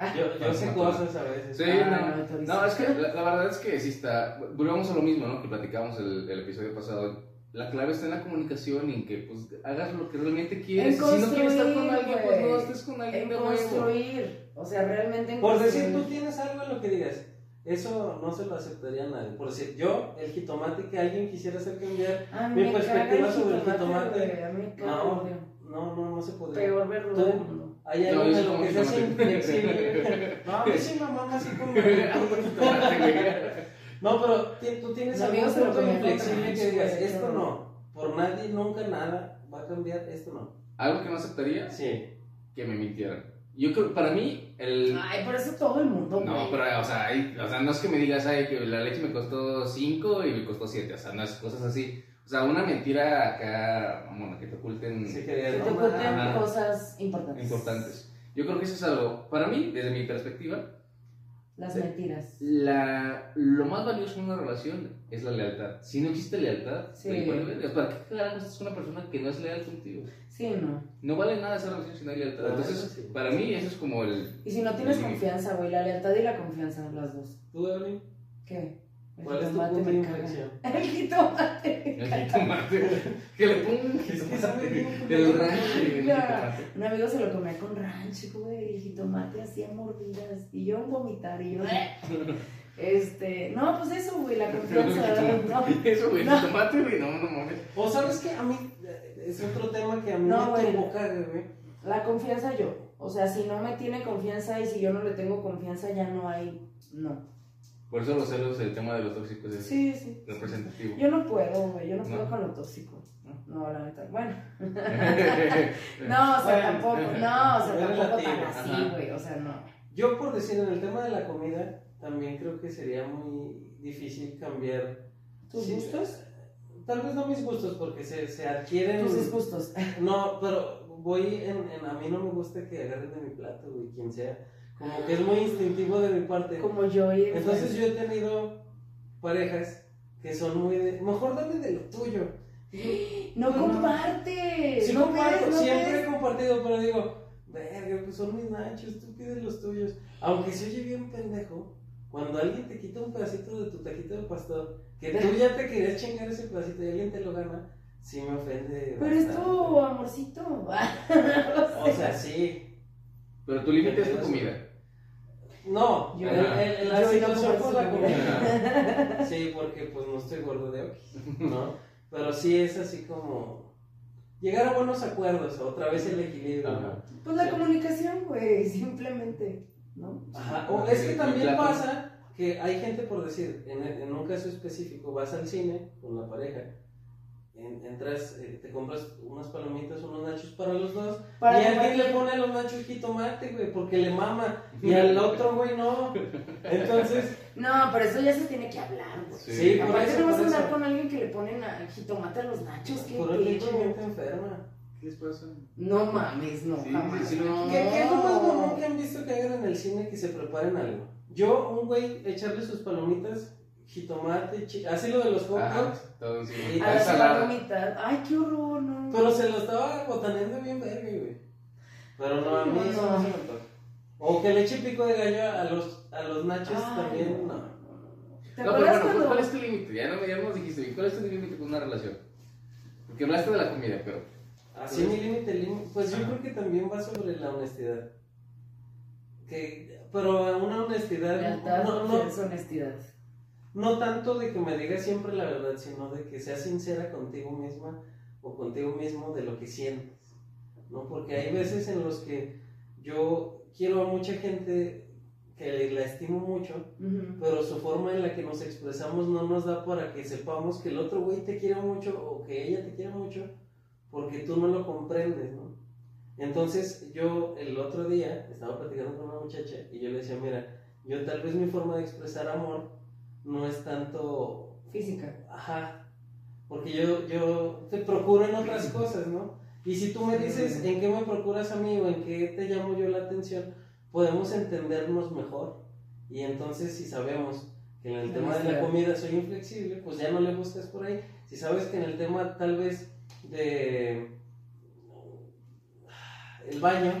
S3: Ah.
S2: Yo, yo sé cosas a veces.
S1: Sí,
S3: Ah,
S1: no.
S3: no, entonces-
S1: No, es que la, la verdad es que sí está. Volvemos a lo mismo, ¿no? Que platicamos el, el episodio pasado. La clave está en la comunicación y en que pues hagas lo que realmente quieres. Y Si no quieres estar con
S3: construir,
S1: alguien, pues no
S3: güey.
S1: estés con alguien
S3: En
S1: de nuevo.
S3: construir. O sea, realmente en
S2: Por decir,
S3: construir.
S2: tú tienes algo en lo que digas, eso no se lo aceptaría a nadie. Por decir, yo, el jitomate que alguien quisiera hacer cambiar,
S3: Ah,
S2: mi
S3: me
S2: perspectiva
S3: caga el
S2: sobre el
S3: jitomate,
S2: jitomate.
S3: güey, a mí me caga,
S2: No. pues,
S3: güey.
S2: no, no, no se podría.
S3: Peor verdugo del
S2: Tú-
S3: mundo.
S2: Hay
S1: No,
S2: algo
S1: yo
S2: en
S1: sí
S2: lo
S1: como
S2: que se hace
S1: jitomate.
S2: inflexible. No, a mí sí me mama así como.
S1: Güey.
S2: No, pero ti- tú tienes
S3: No,
S2: algún
S3: amigos, se lo
S2: punto
S3: comí
S2: inflexible
S3: con
S2: que digas,
S3: rancho,
S2: esto
S3: no.
S2: no, por nadie, nunca, nada va a cambiar, esto no.
S1: Algo que no aceptaría,
S2: Sí.
S1: que me mintieran. Yo creo, para mí, el.
S3: Ay, por eso todo el mundo, güey.
S1: No, pero, o sea, hay- o sea, no es que me digas, ay, que la leche me costó 5 y me costó 7, o sea, no es cosas así. O sea, una mentira acá, bueno, que te oculten
S2: Sí, que
S3: Que
S2: no,
S3: te
S2: ma-
S3: oculten
S1: Ajá.
S3: cosas importantes.
S1: importantes. Yo creo que eso es algo, para mí, desde mi perspectiva,
S3: Las
S1: Sí.
S3: mentiras.
S1: la, lo más valioso en una relación es la lealtad. Si no existe lealtad,
S3: Sí.
S1: ¿de cuál verga? ¿para qué carajo es una persona que no es leal contigo?
S3: Sí, no.
S1: No vale nada esa relación si no hay lealtad.
S2: Ah,
S1: Entonces,
S2: sí.
S1: para mí, eso es como el...
S3: Y si no tienes
S1: Sí.
S3: confianza, güey, la lealtad y la confianza, las dos.
S2: ¿Tú, Evelyn?
S3: ¿Qué? El
S2: ¿Cuál es tu
S3: jitomate
S2: punto de
S3: me caga.
S2: inflexión?
S3: El jitomate.
S1: el jitomate. que le pongan el
S2: Es que sabe bien
S1: jitomate. El rancho y el
S3: culero.
S1: jitomate.
S3: Un amigo se lo comía con ranch, güey, el jitomate hacía mordidas. Y yo vomitar y yo. Este. No, pues eso, güey, la confianza. No.
S1: Eso, güey,
S3: No.
S1: jitomate, güey, no, no mames.
S2: O sabes que a mí eh, es otro tema que a mí
S3: No,
S2: me
S3: güey.
S2: turbocaga, güey.
S3: La confianza yo. O sea, si no me tiene confianza y si yo no le tengo confianza, ya no hay. No.
S1: Por eso los celos, el tema de los tóxicos es
S3: Sí, sí.
S1: representativo.
S3: Yo no puedo, güey, yo no,
S1: No.
S3: puedo con lo tóxico.
S1: No.
S3: No, la neta. Bueno.
S1: no.
S3: No, o sea,
S2: Bueno.
S3: tampoco, no, o sea,
S2: Bueno,
S3: tampoco
S2: relativo,
S3: tan así,
S1: ajá.
S3: güey, o sea, no.
S2: Yo por decir en el tema de la comida, también creo que sería muy difícil cambiar.
S3: ¿Tus
S2: Sí,
S3: gustos?
S2: Tal vez no mis gustos porque se, se adquieren.
S3: Tus disgustos.
S2: No, pero voy en, en- a mí no me gusta que agarren de mi plato, güey, quien sea. Como que es muy instintivo de mi parte.
S3: Como yo y...
S2: Entonces yo he tenido parejas que son muy de, mejor dame de lo tuyo.
S3: No
S2: No.
S3: compartes.
S2: Sí
S3: no
S2: comparto,
S3: ves, no
S2: siempre
S3: ves.
S2: he compartido, pero digo, verga, pues son mis nachos, tú pides los tuyos. Aunque se oye bien pendejo, cuando alguien te quita un pedacito de tu taquito de pastor, que tú ya te querías chingar ese pedacito y alguien te lo gana, sí me ofende.
S3: Pero es
S2: bastante.
S3: tu amorcito.
S2: O sea, sí.
S1: Pero tu límite es tu comida.
S2: No,
S3: Yo-
S2: el- el- la
S3: yo no
S2: situación
S3: comparto
S2: con
S3: su
S2: la
S3: comida.
S2: comida. Sí, porque pues no estoy gordo de hoy, ¿no? Pero sí es así como llegar a buenos acuerdos, otra vez el equilibrio. ¿no?
S1: Ajá.
S3: Pues la comunicación, güey, simplemente, ¿no?
S2: Ajá, o es que también pasa que hay gente, por decir, en, en un caso específico, vas al cine con la pareja, en- entras, eh, te compras unas palomitas, unos nachos para los dos, y alguien le pone a los nachos jitomate, güey, porque le mama, y al otro, güey, no. Entonces,
S3: No, pero eso ya se tiene que hablar, güey.
S1: Sí.
S2: sí, por
S3: Aparte
S2: eso,
S3: no vas a
S2: por
S3: andar
S2: eso.
S3: con alguien que le ponen a jitomate a los nachos, qué
S2: Por el pinche
S3: pedo.
S2: gente enferma.
S1: ¿Qué les pasa?
S3: No mames, no,
S1: Sí,
S3: jamás.
S1: sí, sí,
S3: no.
S2: ¿Qué, qué es lo más mamón que han visto que hagan en el cine que se preparen algo? Yo, un güey, echarle sus palomitas jitomate, chi- así lo de los hot
S1: Ah,
S2: dogs.
S1: todo encima.
S2: Y
S3: A
S1: Ah,
S3: las
S1: ensalada.
S3: palomitas. Ay, qué horror, no.
S2: Pero se lo estaba botaneando bien verga, güey. Pero no, a mí eso no se me antoja. O que le eche pico de gallo a los, a los nachos
S3: Ay,
S2: también, no.
S3: no, no, no. ¿Te
S1: No, pero
S3: acuerdas
S1: bueno, pues, ¿cuál
S3: cuando.?
S1: es tu límite? Ya, no, ya nos dijiste, ¿y ¿cuál es tu límite con una relación? Porque hablaste de la comida, pero.
S2: Así mi límite, límite- pues yo
S1: Ajá.
S2: creo que también va sobre la honestidad. Que, pero una honestidad,
S3: Lealtad,
S2: no, no,
S3: confianza, honestidad.
S2: no tanto de que me digas siempre la verdad, sino de que seas sincera contigo misma o contigo mismo de lo que sientes, ¿no? Porque hay veces en los que yo quiero a mucha gente que la estimo mucho,
S3: Ujú.
S2: pero su forma en la que nos expresamos no nos da para que sepamos que el otro güey te quiere mucho o que ella te quiere mucho porque tú no lo comprendes, ¿no? Entonces yo el otro día estaba platicando con una muchacha y yo le decía, mira, yo tal vez mi forma de expresar amor no es tanto
S3: Física.
S2: Ajá. Porque yo, yo te procuro en otras cosas, ¿no? Y si tú me dices en qué me procuras a mí o en qué te llamo yo la atención, podemos entendernos mejor. Y entonces si sabemos que en el tema de la comida soy inflexible, pues ya no le buscas por ahí. Si sabes que en el tema tal vez de el baño,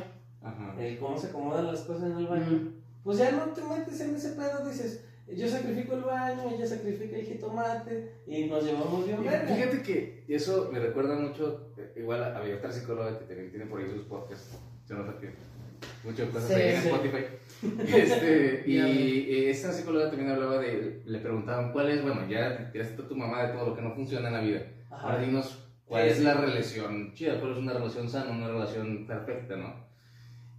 S1: Ajá.
S2: el cómo se acomodan las cosas en el baño, pues ya no te metes en ese pedo, dices, yo sacrifico el baño, ella sacrifica el jitomate y nos llevamos bien verga.
S1: Fíjate que eso me recuerda mucho, eh, igual había otra psicóloga que tiene, tiene por ahí sus podcasts, se nota que muchas cosas
S3: Sí,
S1: ahí en
S2: sí.
S1: Spotify. Y, este, y
S2: Ya ves.
S1: eh, esta psicóloga también hablaba de, le preguntaban cuál es, bueno, ya tiraste a tu mamá de todo lo que no funciona en la vida. Ahora
S2: Ajá.
S1: dinos cuál
S2: Sí,
S1: es
S2: sí.
S1: la relación chida, cuál es una relación sana, una relación perfecta, ¿no?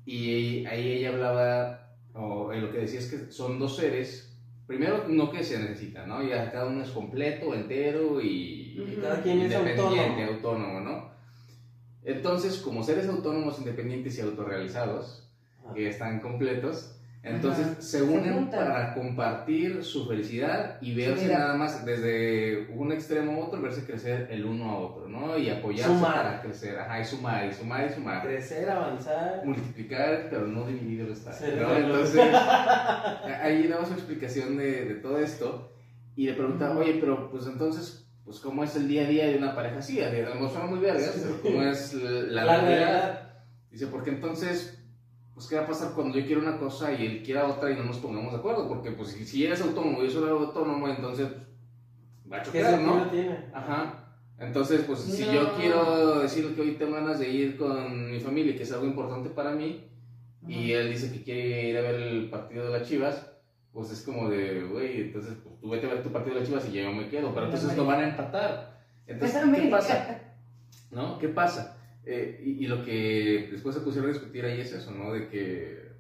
S1: Y ahí ella hablaba, o eh, lo que decía es que son dos seres, primero no que se necesitan, ¿no? Ya cada uno es completo, entero y,
S3: Ujú.
S2: Y cada quien es
S1: independiente,
S2: autónomo.
S1: autónomo. ¿no? Entonces, como seres autónomos, independientes y autorrealizados,
S2: Ajá.
S1: que están completos, entonces
S3: Ajá.
S1: se unen
S3: juntan.
S1: para compartir su felicidad y verse
S3: vida.
S1: nada más desde un extremo a otro, verse crecer el uno a otro, ¿no? Y apoyarse
S2: Sumar.
S1: para crecer, ajá, y sumar, y sumar, y sumar.
S2: Crecer, avanzar.
S1: Multiplicar, pero no dividir el estar.
S2: Ser
S1: ¿no?
S2: bueno.
S1: Entonces, a- ahí daba su explicación de, de todo esto y le preguntaba,
S3: Ujú.
S1: oye, pero pues entonces, pues cómo es el día a día de una pareja así, a mí me suena muy vergas,
S2: Sí.
S1: pero cómo es la,
S2: La
S1: la realidad.
S2: realidad.
S1: Dice, porque entonces, pues, ¿qué va a pasar cuando yo quiero una cosa y él quiera otra y no nos pongamos de acuerdo? Porque, pues, si, si eres autónomo y yo soy autónomo, entonces pues, va a
S2: ¿Qué
S1: chocar,
S2: sentido
S1: ¿no?
S2: tiene?
S1: Ajá. Entonces, pues, si
S3: No.
S1: yo quiero decir que hoy tengo ganas de ir con mi familia, que es algo importante para mí, y él dice que quiere ir a ver el partido de las Chivas, pues es como de, güey, entonces, pues, tú vete a ver tu partido de las Chivas y yo me quedo, pero
S3: Con
S1: entonces no
S3: América.
S1: van a empatar.
S3: Pues
S1: Entonces, ¿qué
S3: América.
S1: pasa? ¿no? ¿Qué pasa? Eh, y, y lo que después se pusieron a discutir ahí es eso, ¿no? De que,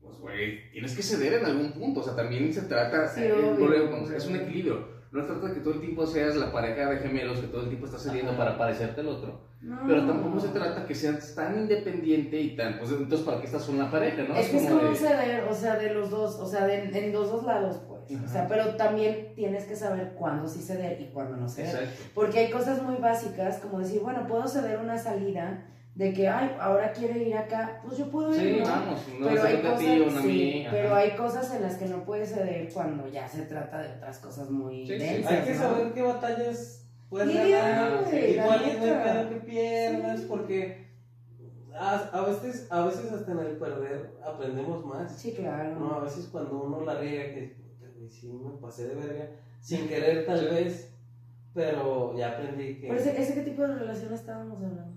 S1: pues, güey, tienes que ceder en algún punto. O sea, también se trata,
S3: Sí,
S1: eh,
S3: obvio,
S1: volvemos, es un
S3: obvio.
S1: equilibrio. No se trata de que todo el tiempo seas la pareja de gemelos, que todo el tiempo estás cediendo
S2: Ajá.
S1: para parecerte al otro.
S3: No.
S1: Pero tampoco
S3: Ah.
S1: se trata que seas tan independiente y tan, pues, entonces, ¿para qué estás con una pareja, no?
S3: Es que es como
S1: de-
S3: un ceder, o sea, de los dos, o sea, de, en los dos lados, pues. O sea,
S1: Ajá.
S3: pero también tienes que saber cuándo sí ceder y cuándo no ceder.
S1: Exacto.
S3: Porque hay cosas muy básicas, como decir, bueno, puedo ceder una salida de que, ay, ahora quiere ir acá, pues yo puedo ir.
S1: Sí,
S3: ¿no?
S1: vamos, no
S3: pero,
S1: es
S3: hay
S1: un platillo,
S3: cosas,
S1: una
S3: sí,
S1: mía, ajá.
S3: pero hay cosas en las que no puedes ceder cuando ya se trata de otras cosas muy
S1: Sí, sí.
S3: densas.
S2: Hay que
S3: ¿no?
S2: saber qué batallas puedes
S3: Sí,
S2: ganar
S1: güey,
S2: y
S3: la
S2: cuál es el
S3: neta.
S2: pedo que pierdas,
S3: Sí.
S2: porque a, a veces, a veces hasta en el perder aprendemos más.
S3: Sí, claro.
S2: No, a veces cuando uno la riega, que puta, güey, sí me pasé de verga, sin querer tal vez, pero ya aprendí que.
S3: Pero ese, ese qué tipo de relación estábamos hablando.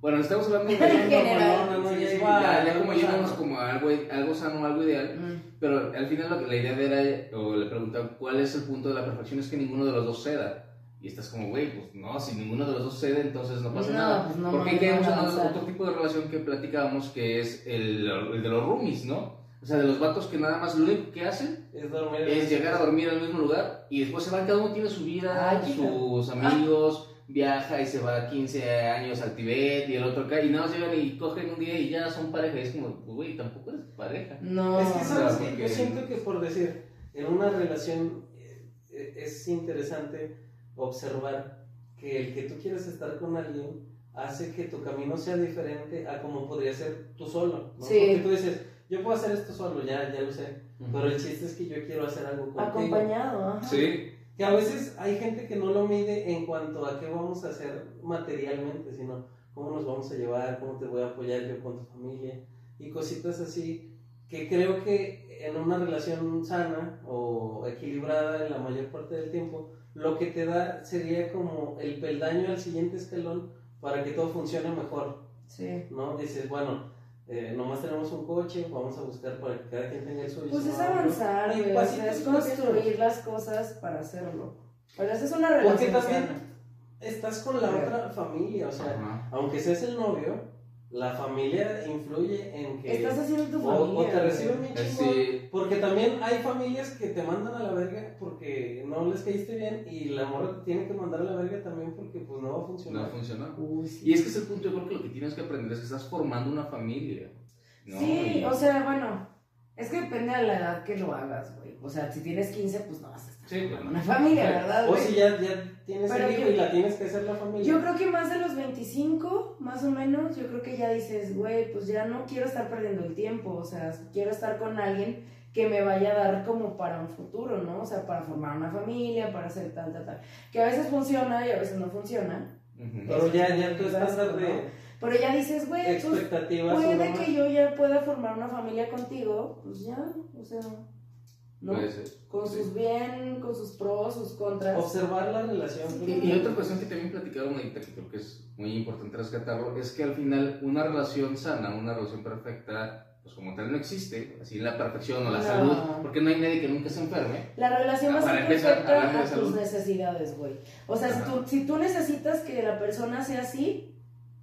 S1: Bueno, estamos hablando de...
S3: En general.
S2: No, no, no,
S1: Sí,
S2: ya
S1: sí,
S2: igual,
S1: ya, ya
S2: algo
S1: como llegamos
S2: sano.
S1: como a algo, algo sano, algo ideal.
S3: Mm.
S1: Pero al final lo que- la idea de era, o le preguntaban, ¿cuál es el punto de la perfección? Es que ninguno de los dos ceda. Y estás como, güey, pues no, si ninguno de los dos cede, entonces no pasa
S3: No,
S1: nada.
S3: pues no,
S1: Porque
S3: no,
S1: caemos
S3: no
S1: en
S3: va a avanzar.
S1: otro tipo de relación que platicábamos, que es el, el de los roomies, ¿no? O sea, de los vatos que nada más lo único que hacen
S2: Es dormir.
S1: es llegar a dormir al mismo lugar y después se van, cada uno tiene su vida,
S3: Ay, qué Ah.
S1: sus amigos, viaja y se va 15 años al Tibet y el otro acá, y nada más llegan y cogen un día y ya son pareja. Y es como, pues, güey, tampoco es pareja.
S3: No.
S2: Es que sabes que yo
S1: porque-
S2: siento que por decir, en una relación eh, eh, es interesante observar que el que tú quieres estar con alguien hace que tu camino sea diferente a como podría ser tú solo. ¿no?
S3: Sí.
S2: Porque tú dices, yo puedo hacer esto solo, ya, ya lo sé. Pero el chiste es que yo quiero hacer algo contigo.
S3: Acompañado, ajá.
S1: Sí,
S2: Que a veces hay gente que no lo mide en cuanto a qué vamos a hacer materialmente, sino cómo nos vamos a llevar, cómo te voy a apoyar yo con tu familia y cositas así que creo que en una relación sana o equilibrada en la mayor parte del tiempo, lo que te da sería como el peldaño al siguiente escalón para que todo funcione mejor.
S3: Sí.
S2: ¿no? Dices, bueno, eh, nomás tenemos un coche, vamos a buscar para que cada quien tenga el suyo.
S3: Pues es
S2: ¿no?
S3: avanzar,
S2: Y
S3: güey, o sea, es
S2: pasitos, pasitos.
S3: construir las cosas para hacerlo. Pero esa es una
S2: Porque
S3: relación. sana.
S2: también estás con la
S3: Claro.
S2: otra familia, o sea,
S1: Ajá.
S2: aunque seas el novio, la familia influye en que
S3: Estás haciendo tu
S2: o, o
S3: familia.
S2: te
S3: güey.
S2: reciben bien
S1: Es
S2: chingón,
S1: Eh, sí,
S2: porque también hay familias que te mandan a la verga porque no les caíste bien y la morra te tiene que mandar a la verga también porque pues no va a
S1: no
S2: funcionar.
S1: funcionó.
S3: Uy, sí.
S1: Y es que es el punto, yo creo que lo que tienes que aprender es que estás formando una familia. ¿no?
S3: Sí,
S1: Y-
S3: o sea, bueno, es que depende de la edad que lo hagas, güey. O sea, si tienes 15, pues no vas a estar
S1: Sí,
S3: con
S1: bueno.
S3: una familia,
S2: Claro.
S3: ¿verdad,
S2: o
S3: Ah, güey?
S2: si ya, ya tienes
S3: Pero
S2: el hijo
S3: yo-
S2: y la tienes que hacer la familia.
S3: Yo creo que más de los 25, más o menos, yo creo que ya dices, güey, pues ya no quiero estar perdiendo el tiempo, o sea, quiero estar con alguien que me vaya a dar como para un futuro, ¿no? O sea, para formar una familia, para hacer tal, tal, tal. Que a veces funciona y a veces no funciona.
S1: Ujú.
S2: Pero ya, ya tú estás de
S3: Pero ya dices, güey, pues
S2: expectativas.
S3: puede
S2: uno
S3: que yo ya pueda formar una familia contigo, pues ya, o sea, ¿no?
S1: Puede ser.
S3: con sus bien, con sus pros, sus contras.
S2: más. Observar la relación.
S3: Sí.
S1: Y, y otra cuestión que también platicaron ahorita, que creo que es muy importante rescatarlo, es que al final una relación sana, una relación perfecta, pues como tal no existe, así la perfección o la
S3: No.
S1: salud, porque no hay nadie que nunca se enferme.
S3: La relación va a
S1: Para
S3: ser
S1: empezar,
S3: perfecta
S1: hablando de
S3: a tus
S1: salud.
S3: necesidades, güey. O sea, si
S1: Ajá.
S3: tú, si tú necesitas que la persona sea así,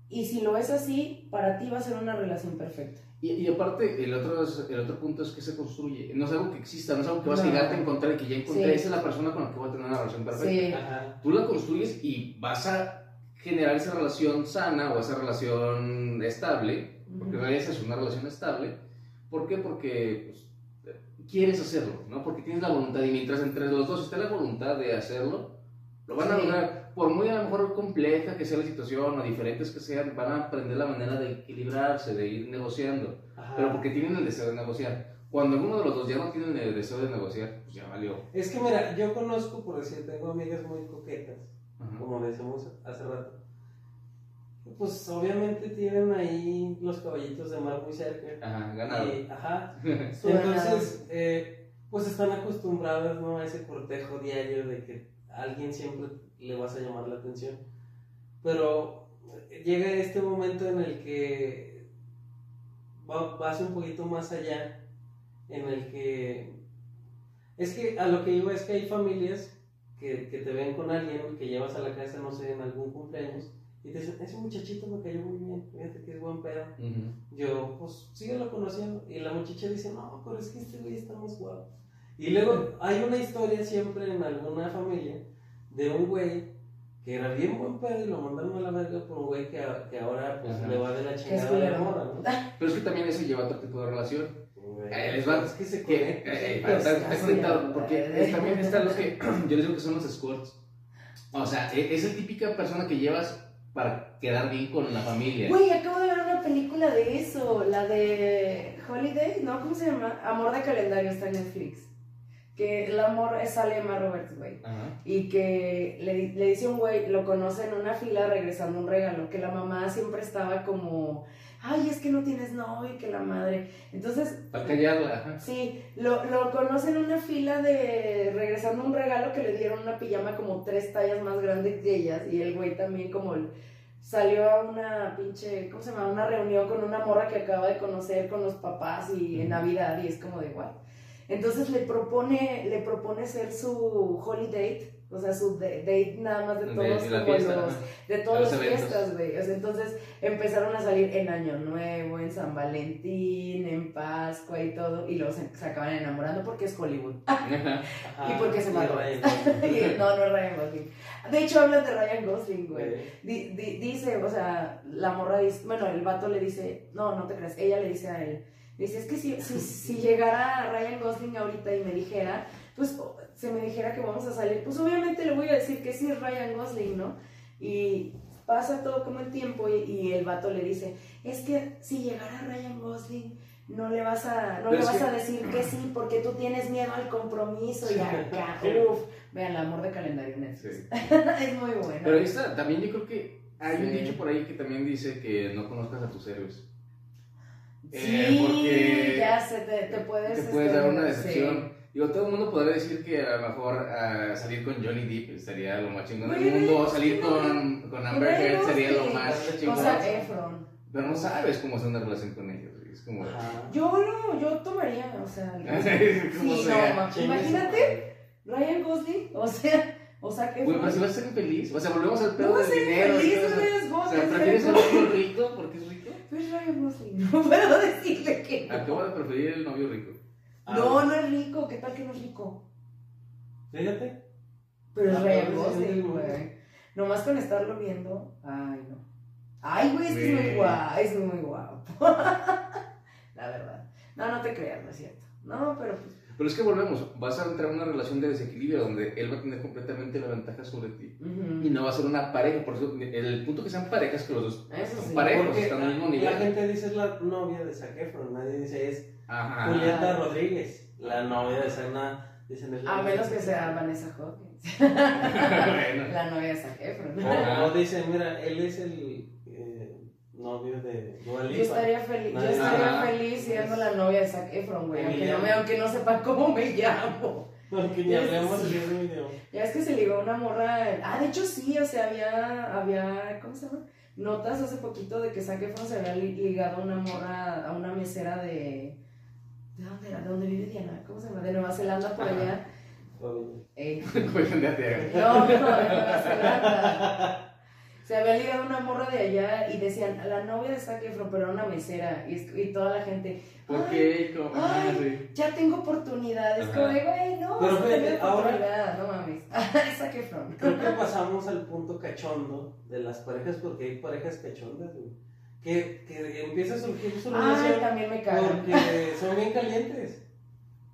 S3: y si lo es así, para ti va a ser una relación perfecta.
S1: Y, y aparte, el otro, es- el otro punto es que se construye. No es algo que exista, no es algo que vas a
S3: No.
S1: llegar a encontrar y que ya encontré,
S3: Sí.
S1: esa es la persona con la que voy a tener una relación perfecta.
S3: Sí.
S2: Ajá.
S1: Tú la construyes y vas a generar esa relación sana o esa relación estable Porque en
S3: Ujú.
S1: realidad esa es una relación estable. ¿Por qué? Porque pues, quieres hacerlo, ¿no? Porque tienes la voluntad y mientras entre los dos esté la voluntad de hacerlo, lo van a
S3: Sí.
S1: lograr. Por muy a lo mejor compleja que sea la situación o diferentes que sean, van a aprender la manera de equilibrarse, de ir negociando.
S2: Ajá.
S1: Pero porque tienen el deseo de negociar. Cuando alguno de los dos ya no tiene el deseo de negociar, pues ya valió.
S2: Es que mira, yo conozco, por decir, tengo amigas muy coquetas,
S1: Ajá.
S2: como decíamos hace rato. Pues obviamente tienen ahí los caballitos de mar muy cerca.
S1: Ajá, ganado.
S3: Eh,
S2: Y, ajá.
S3: Suena.
S2: Entonces, eh, pues están acostumbradas ¿no? a ese cortejo diario de que a alguien siempre le vas a llamar la atención. Pero llega este momento en el que va- vas un poquito más allá, en el que... Es que a lo que iba es que hay familias que, que te ven con alguien que llevas a la casa, no sé, en algún cumpleaños, y te dicen, ese muchachito me cayó muy bien, fíjate que es buen pedo
S1: Ujú.
S2: yo, pues, síguelo conociendo. Y la muchacha dice, no, pero es que este güey está más guapo. Y luego hay una historia siempre en alguna familia de un güey que era bien buen pedo y lo mandaron a la verga por un güey que, a- que ahora pues
S1: Ajá.
S2: le va de la chingada a la
S3: culero.
S2: mora, ¿no?
S1: Pero es que también eso lleva a otro tipo de relación.
S2: Güey,
S1: Ahí Eh, les va.
S2: Es que se
S1: que
S2: conecta.
S1: eh,
S3: pues,
S1: está, está
S3: así,
S1: conectado,
S3: ¿no?
S1: porque es- también están los que yo les digo que son los escorts. O sea, e- es el típica persona que llevas para quedar bien con la familia.
S3: Güey, acabo de ver una película de eso, la de Holiday, ¿no? ¿Cómo se llama? Amor de calendario está en Netflix. Que el amor es sale Emma Roberts, güey.
S1: Ajá.
S3: y que le, le dice un güey, lo conoce en una fila regresando un regalo, que la mamá siempre estaba como, ay, es que no tienes novio, y que la madre. Entonces,
S1: Para callarla. ajá.
S3: sí, lo, lo conoce en una fila de regresando un regalo que le dieron una pijama como tres tallas más grande que ellas, y el güey también como salió a una pinche, ¿cómo se llama? Una reunión con una morra que acaba de conocer con los papás y en
S1: Ujú.
S3: Navidad, y es como de igual. Entonces le propone, le propone ser su holiday date, o sea, su de- date nada más de
S1: De-
S3: todos
S1: de la
S3: como
S1: fiesta,
S3: los-
S1: ajá.
S3: de todas
S1: los
S3: las
S1: eventos.
S3: fiestas, güey. O sea, entonces empezaron a salir en Año Nuevo, en San Valentín, en Pascua y todo, y luego se, se acaban enamorando porque es Hollywood.
S1: Ajá.
S2: Ajá,
S3: ¿Y por qué se mató?
S2: rayan,
S3: Y no, no es Ryan Gosling. De hecho, hablan de Ryan Gosling, güey.
S2: güey.
S3: Di- di- dice, o sea, la morra dice, bueno, el vato le dice, no, no te creas, ella le dice a él, le dice, es que si, si, si llegara Ryan Gosling ahorita y me dijera, pues, o- se me dijera que vamos a salir, pues obviamente le voy a decir que sí es Ryan Gosling, ¿no? Y pasa todo como el tiempo y, y el vato le dice, es que si llegara Ryan Gosling no le vas a, no
S1: Pero
S3: le
S1: es
S3: vas
S1: que-
S3: a decir que sí porque tú tienes miedo al compromiso y a, ya,
S2: Sí.
S3: uf, vean, el amor de calendario
S1: Sí.
S3: Netflix. es muy bueno.
S1: Pero ahí está, también yo creo que hay un
S2: Sí.
S1: dicho por ahí que también dice que no conozcas a tus héroes. eh,
S3: sí,
S1: porque
S3: ya se te, te puedes...
S1: Te puedes
S3: este,
S1: dar una
S3: sí.
S1: decepción. Digo, todo el mundo podría decir que a lo mejor ah, salir con Johnny Depp estaría lo más chingón del
S3: Güey,
S1: mundo, o
S3: es que
S1: salir
S3: no.
S1: con, con Amber
S3: Güey,
S1: Heard
S3: no,
S1: sería
S3: sí.
S1: lo más
S3: O
S1: chingón.
S3: sea, eh, Efron.
S1: Pero no sabes cómo es una relación con ellos. güey. Es como.
S2: Ajá.
S3: Yo no, yo tomaría, o sea...
S1: como
S3: Sí,
S1: sea.
S3: no, ma- imagínate Ryan Gosling, o sea, o sea que
S1: Güey, pues, pero si vas a ser infeliz. O sea, volvemos al pedo
S3: no va a
S1: del
S3: ser
S1: dinero. y
S3: feliz,
S1: todo eso. o
S3: Ryan
S1: sea,
S3: Gosling.
S1: ¿prefieres
S3: Ryan
S1: ser
S3: Gosling.
S1: novio rico porque es rico?
S3: Pero es Ryan Gosling, no puedo decirle que no.
S1: Acabo de preferir el novio rico.
S2: Ah, pues,
S3: No, no es rico, ¿qué tal que no es rico?
S2: Fíjate.
S3: Pero es
S2: Ah, pero es
S3: Ryan
S2: el
S3: Gosling,
S2: mismo.
S3: güey. Nomás con estarlo viendo, ay no. Ay, güey, es que es muy
S1: Güey.
S3: guapo, es muy guapo. La verdad. No, no te creas, no es cierto. No, pero pues,
S1: Pero es que volvemos, vas a entrar en una relación de desequilibrio donde él va a tener completamente la ventaja sobre ti. Y
S3: ujú.
S1: no va a ser una pareja, por eso el punto que sean parejas que los dos
S3: Eso
S1: son
S3: sí.
S1: parejos,
S2: Porque
S1: están al mismo
S2: la
S1: nivel.
S2: gente dice es la novia de Zac Efron, nadie dice es
S1: Ajá.
S2: Julieta Rodríguez, la novia de Sana, dicen es la
S3: A
S2: novia
S3: menos
S2: de
S3: que
S2: Zac
S3: sea
S2: Efron.
S3: Vanessa Hawkins,
S1: bueno.
S3: la novia de Zac Efron.
S1: Ajá.
S2: O, o dicen, mira, él es el eh, novio de Dua
S3: Yo
S2: Lipa.
S3: estaría feliz, yo
S2: Nadie
S3: estaría
S1: sabe.
S3: feliz siendo la novia de Zac Efron, güey, aunque no, me, aunque no sepa cómo me llamo.
S2: Porque ni hablemos de ese video.
S3: Ya es que se ligó una morra, ah, de hecho sí, o sea, había, había, ¿cómo se llama? Notas hace poquito de que Zac Efron se había li- ligado a una morra, a una mesera de, ¿de dónde era? ¿De dónde vive Diana? ¿Cómo se llama? De Nueva Zelanda por
S1: Ajá.
S3: allá.
S2: Obvio.
S3: Ey.
S1: Julián de Arteaga.
S3: No, no, de Nueva Zelanda. Se había ligado una morra de allá y decían, la novia de Zac Efron, pero era una mesera, y, es- y toda la gente...
S1: ¿Por qué? ¿Cómo? Ah, sí.
S3: ya tengo oportunidades.
S1: Ajá.
S3: Como de, güey, no,
S2: Pero
S3: sí
S2: fíjate,
S3: tengo
S2: ahora-
S3: oportunidad, no mames. Esa que from.
S2: Creo que pasamos al punto cachondo de las parejas, porque hay parejas cachondas, güey. Que, que empieza a surgir su
S3: Ay,
S2: relación
S3: también me cago.
S2: porque son bien calientes.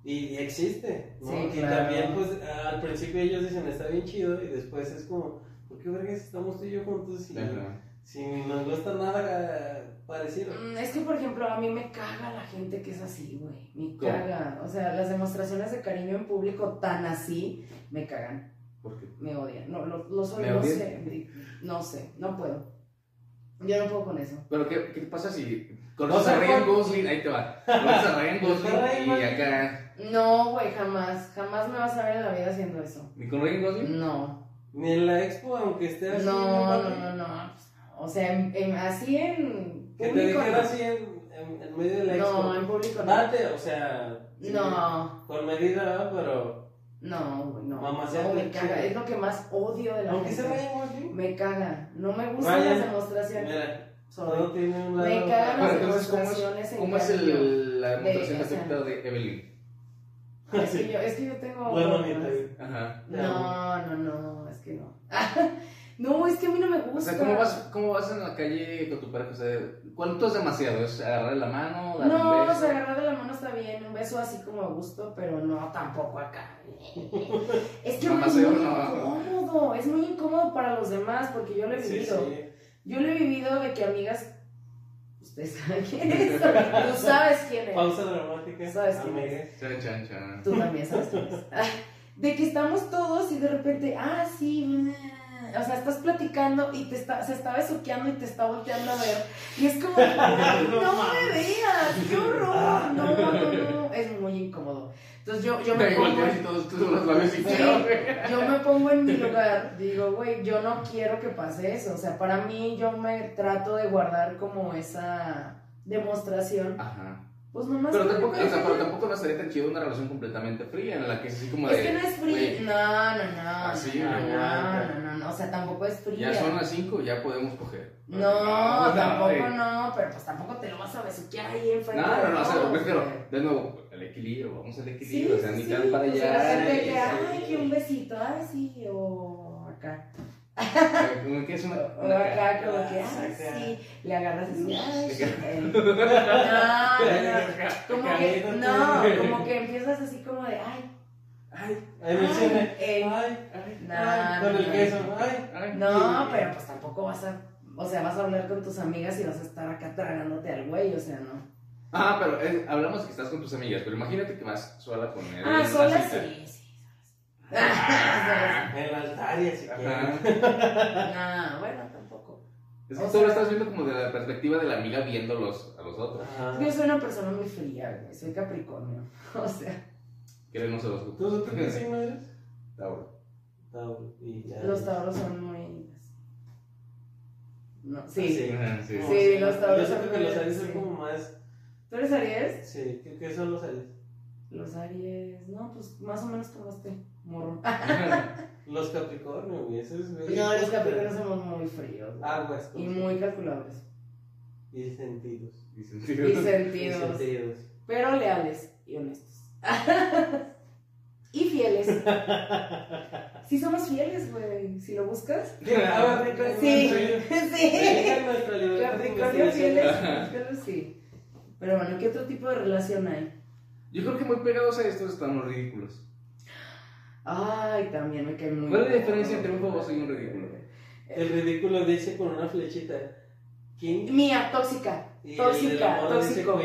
S2: Y, y existe, ¿no?
S3: Sí,
S2: y
S3: claro.
S2: también, pues, al principio ellos dicen, está bien chido, y después es como, ¿por qué vergas estamos tú y yo juntos si,
S1: Ajá.
S2: si nos gusta nada parecido?
S3: Mm, Es que, por ejemplo, a mí me caga la gente que es así, güey. Me
S1: ¿Cómo?
S3: caga. O sea, las demostraciones de cariño en público tan así, me cagan.
S1: ¿Por qué?
S3: Me odian. No, lo, lo soy,
S1: ¿Me
S3: no
S1: odian?
S3: sé. No sé, no puedo. Yo no puedo con eso.
S1: Pero ¿qué, qué pasa si
S2: O
S1: conoces
S2: sea,
S1: a Ryan
S2: con-
S1: Gosling? Ahí te va. Conoces a Ryan Gosling y
S2: Ryan
S1: acá.
S3: No, güey, jamás. Jamás me vas a ver en la vida haciendo eso.
S1: ¿Y con Ryan Gosling?
S3: No.
S2: Ni en la expo, aunque esté así.
S3: No,
S2: ¿no?
S3: no, no, no. O sea, en- en- así en
S2: Que te
S3: público.
S2: dijera
S3: no.
S2: así en, en- en medio de la expo.
S3: No, en público no.
S2: Date, o sea. sí,
S3: No,
S2: Con medida, ¿verdad? pero.
S3: no, güey, no.
S2: Mamá, sea
S3: no, me
S2: tranquila.
S3: caga. Es lo que más odio de la
S2: Aunque se
S3: gente.
S2: vayan más bien.
S3: Me caga. No me gustan
S2: Ryan,
S3: las demostraciones.
S2: Mira,
S3: Sorry.
S2: todo tiene un lado.
S3: Me cagan
S1: Pero
S3: las
S1: entonces, ¿cómo es-
S3: demostraciones en
S1: ¿Cómo es el-
S3: cariño.
S1: la demostración
S3: o sea-
S1: perfecta de Evelyn?
S3: Es que yo, es que yo tengo.
S2: Bueno, neta.
S1: Ajá.
S3: no, no, no, es que no. no, es que a mí no me gusta.
S1: O sea, ¿cómo vas, ¿cómo vas en la calle con tu pareja? O sea, ¿cuánto es demasiado? ¿Es agarrar la mano? Dar un
S3: No, o sea,
S1: beso?
S3: agarrar de la mano está bien, un beso así como a gusto, pero no tampoco acá. Es que güey, es
S1: Mamaseo,
S3: muy
S1: no.
S3: incómodo, es muy incómodo para los demás porque yo lo he
S2: Sí,
S3: vivido.
S2: sí.
S3: Yo lo he vivido de que amigas, ustedes saben quién es, tú sabes quién es.
S2: Pausa dramática.
S3: ¿Sabes quién
S2: amigas.
S1: Chan, chan, chan.
S3: Tú también sabes quién es. Ah, De que estamos todos y de repente, ah, sí, mm, o sea, estás platicando y te está, se está besuqueando y te está volteando a ver. Y es como, "Ay, no, me veas, qué horror. No, no, no, es muy incómodo. Entonces yo, yo me
S1: Igual
S3: pongo,
S1: volteas y todos tus los labios y
S3: Sí.
S1: chao, güey.
S3: yo me pongo en mi lugar, digo, güey, yo no quiero que pase eso. O sea, para mí yo me trato de guardar como esa demostración.
S1: Ajá.
S3: Pues nomás...
S1: Pero
S3: que-
S1: tampoco, o sea, pero tampoco no sería tan chido una relación completamente fría en la que es así como
S3: Es que
S1: de.
S3: no es frío.
S1: güey.
S3: No, no, no.
S1: Así,
S3: no,
S1: güey,
S3: no,
S2: ya.
S3: no, no, no. O sea, tampoco es frío.
S1: Ya son las 5, ya podemos coger.
S3: No, tampoco
S1: güey.
S3: no, pero pues tampoco te lo vas a besuquear ahí enfrente.
S1: No, no, no, o sea,
S3: de
S1: lo
S3: todos,
S1: prefiero.
S3: güey.
S1: De nuevo, el equilibrio, vamos al
S3: Sí,
S1: equilibrio, o sea,
S3: sí,
S1: ni
S3: sí,
S1: tan para
S3: pues, de
S1: allá.
S3: repente,
S1: ni-
S3: ay, que un besito, ay, sí, o acá.
S1: como que es una.
S3: O
S1: una
S3: acá, como que, ay,
S2: Ah, Exacto.
S3: sí, le agarras así, ay,
S1: Sí.
S3: sí. No, no, no. Como que,
S2: Caliéntate.
S3: no, como que empiezas así como de, ay,
S1: Ay,
S2: Ahí me dicen,
S3: eh,
S1: ay,
S2: Ay,
S3: No,
S2: ay, con
S3: no,
S2: el
S3: no.
S2: queso. Ay,
S1: ay.
S3: No, pero pues tampoco vas a, o sea, vas a hablar con tus amigas y vas a estar acá tragándote al güey, o sea, no.
S1: Ah, pero eh, hablamos de que estás con tus amigas, pero imagínate que vas sola con él. en
S3: Ah,
S1: una
S3: sola
S1: cita.
S3: sí, sí. sola sí.
S2: En la altaria, si
S1: Ajá.
S2: quieres.
S3: Ah, bueno, tampoco.
S1: Es
S3: O
S1: que tú lo
S3: sea-
S1: estás viendo como de la perspectiva de la amiga viéndolos a los otros.
S2: Ajá.
S3: Yo soy una persona muy fría, güey. Soy Capricornio. O sea,
S1: Que no se los gusta.
S2: ¿Tú, tú qué signo eres?
S1: Tauro.
S2: Tauro. Y ya.
S3: los Tauros son muy. No, sí.
S2: Ah, Sí.
S1: Ajá, sí,
S2: No,
S1: sí.
S3: Sí, los Tauros
S2: Yo
S3: son
S2: siento que los Aries
S3: sí.
S2: son como más.
S3: ¿Tú eres Aries?
S2: Sí, ¿qué, qué son los Aries?
S3: Los Aries. No, pues más o menos como este morro.
S1: Ah,
S2: Los Capricornio, güey. Eso es.
S3: No, los Capricornios somos muy fríos. güey.
S2: Aguas.
S3: Ah, Y
S2: con-
S3: muy calculadores.
S2: Y sentidos.
S1: Dicen,
S3: Y
S2: Y
S3: sentidos.
S2: sentidos.
S3: Pero leales y honestos. y fieles. Sí somos fieles, güey. Si lo buscas.
S2: Ah, Capricornio,
S3: Sí, sí.
S2: Deja nuestra libertad de
S3: Capricornio fieles.
S2: investigación.
S3: Capricornio sí. Pero bueno, ¿qué otro tipo de relación hay?
S1: Yo creo que muy pegados a estos están los ridículos.
S3: Ay, también me cae muy
S1: ¿Cuál es la
S3: gordo.
S1: diferencia entre un baboso y un ridículo?
S2: El ridículo dice con una flechita. ¿Quién?
S3: Mía, tóxica. Tóxica, tóxico.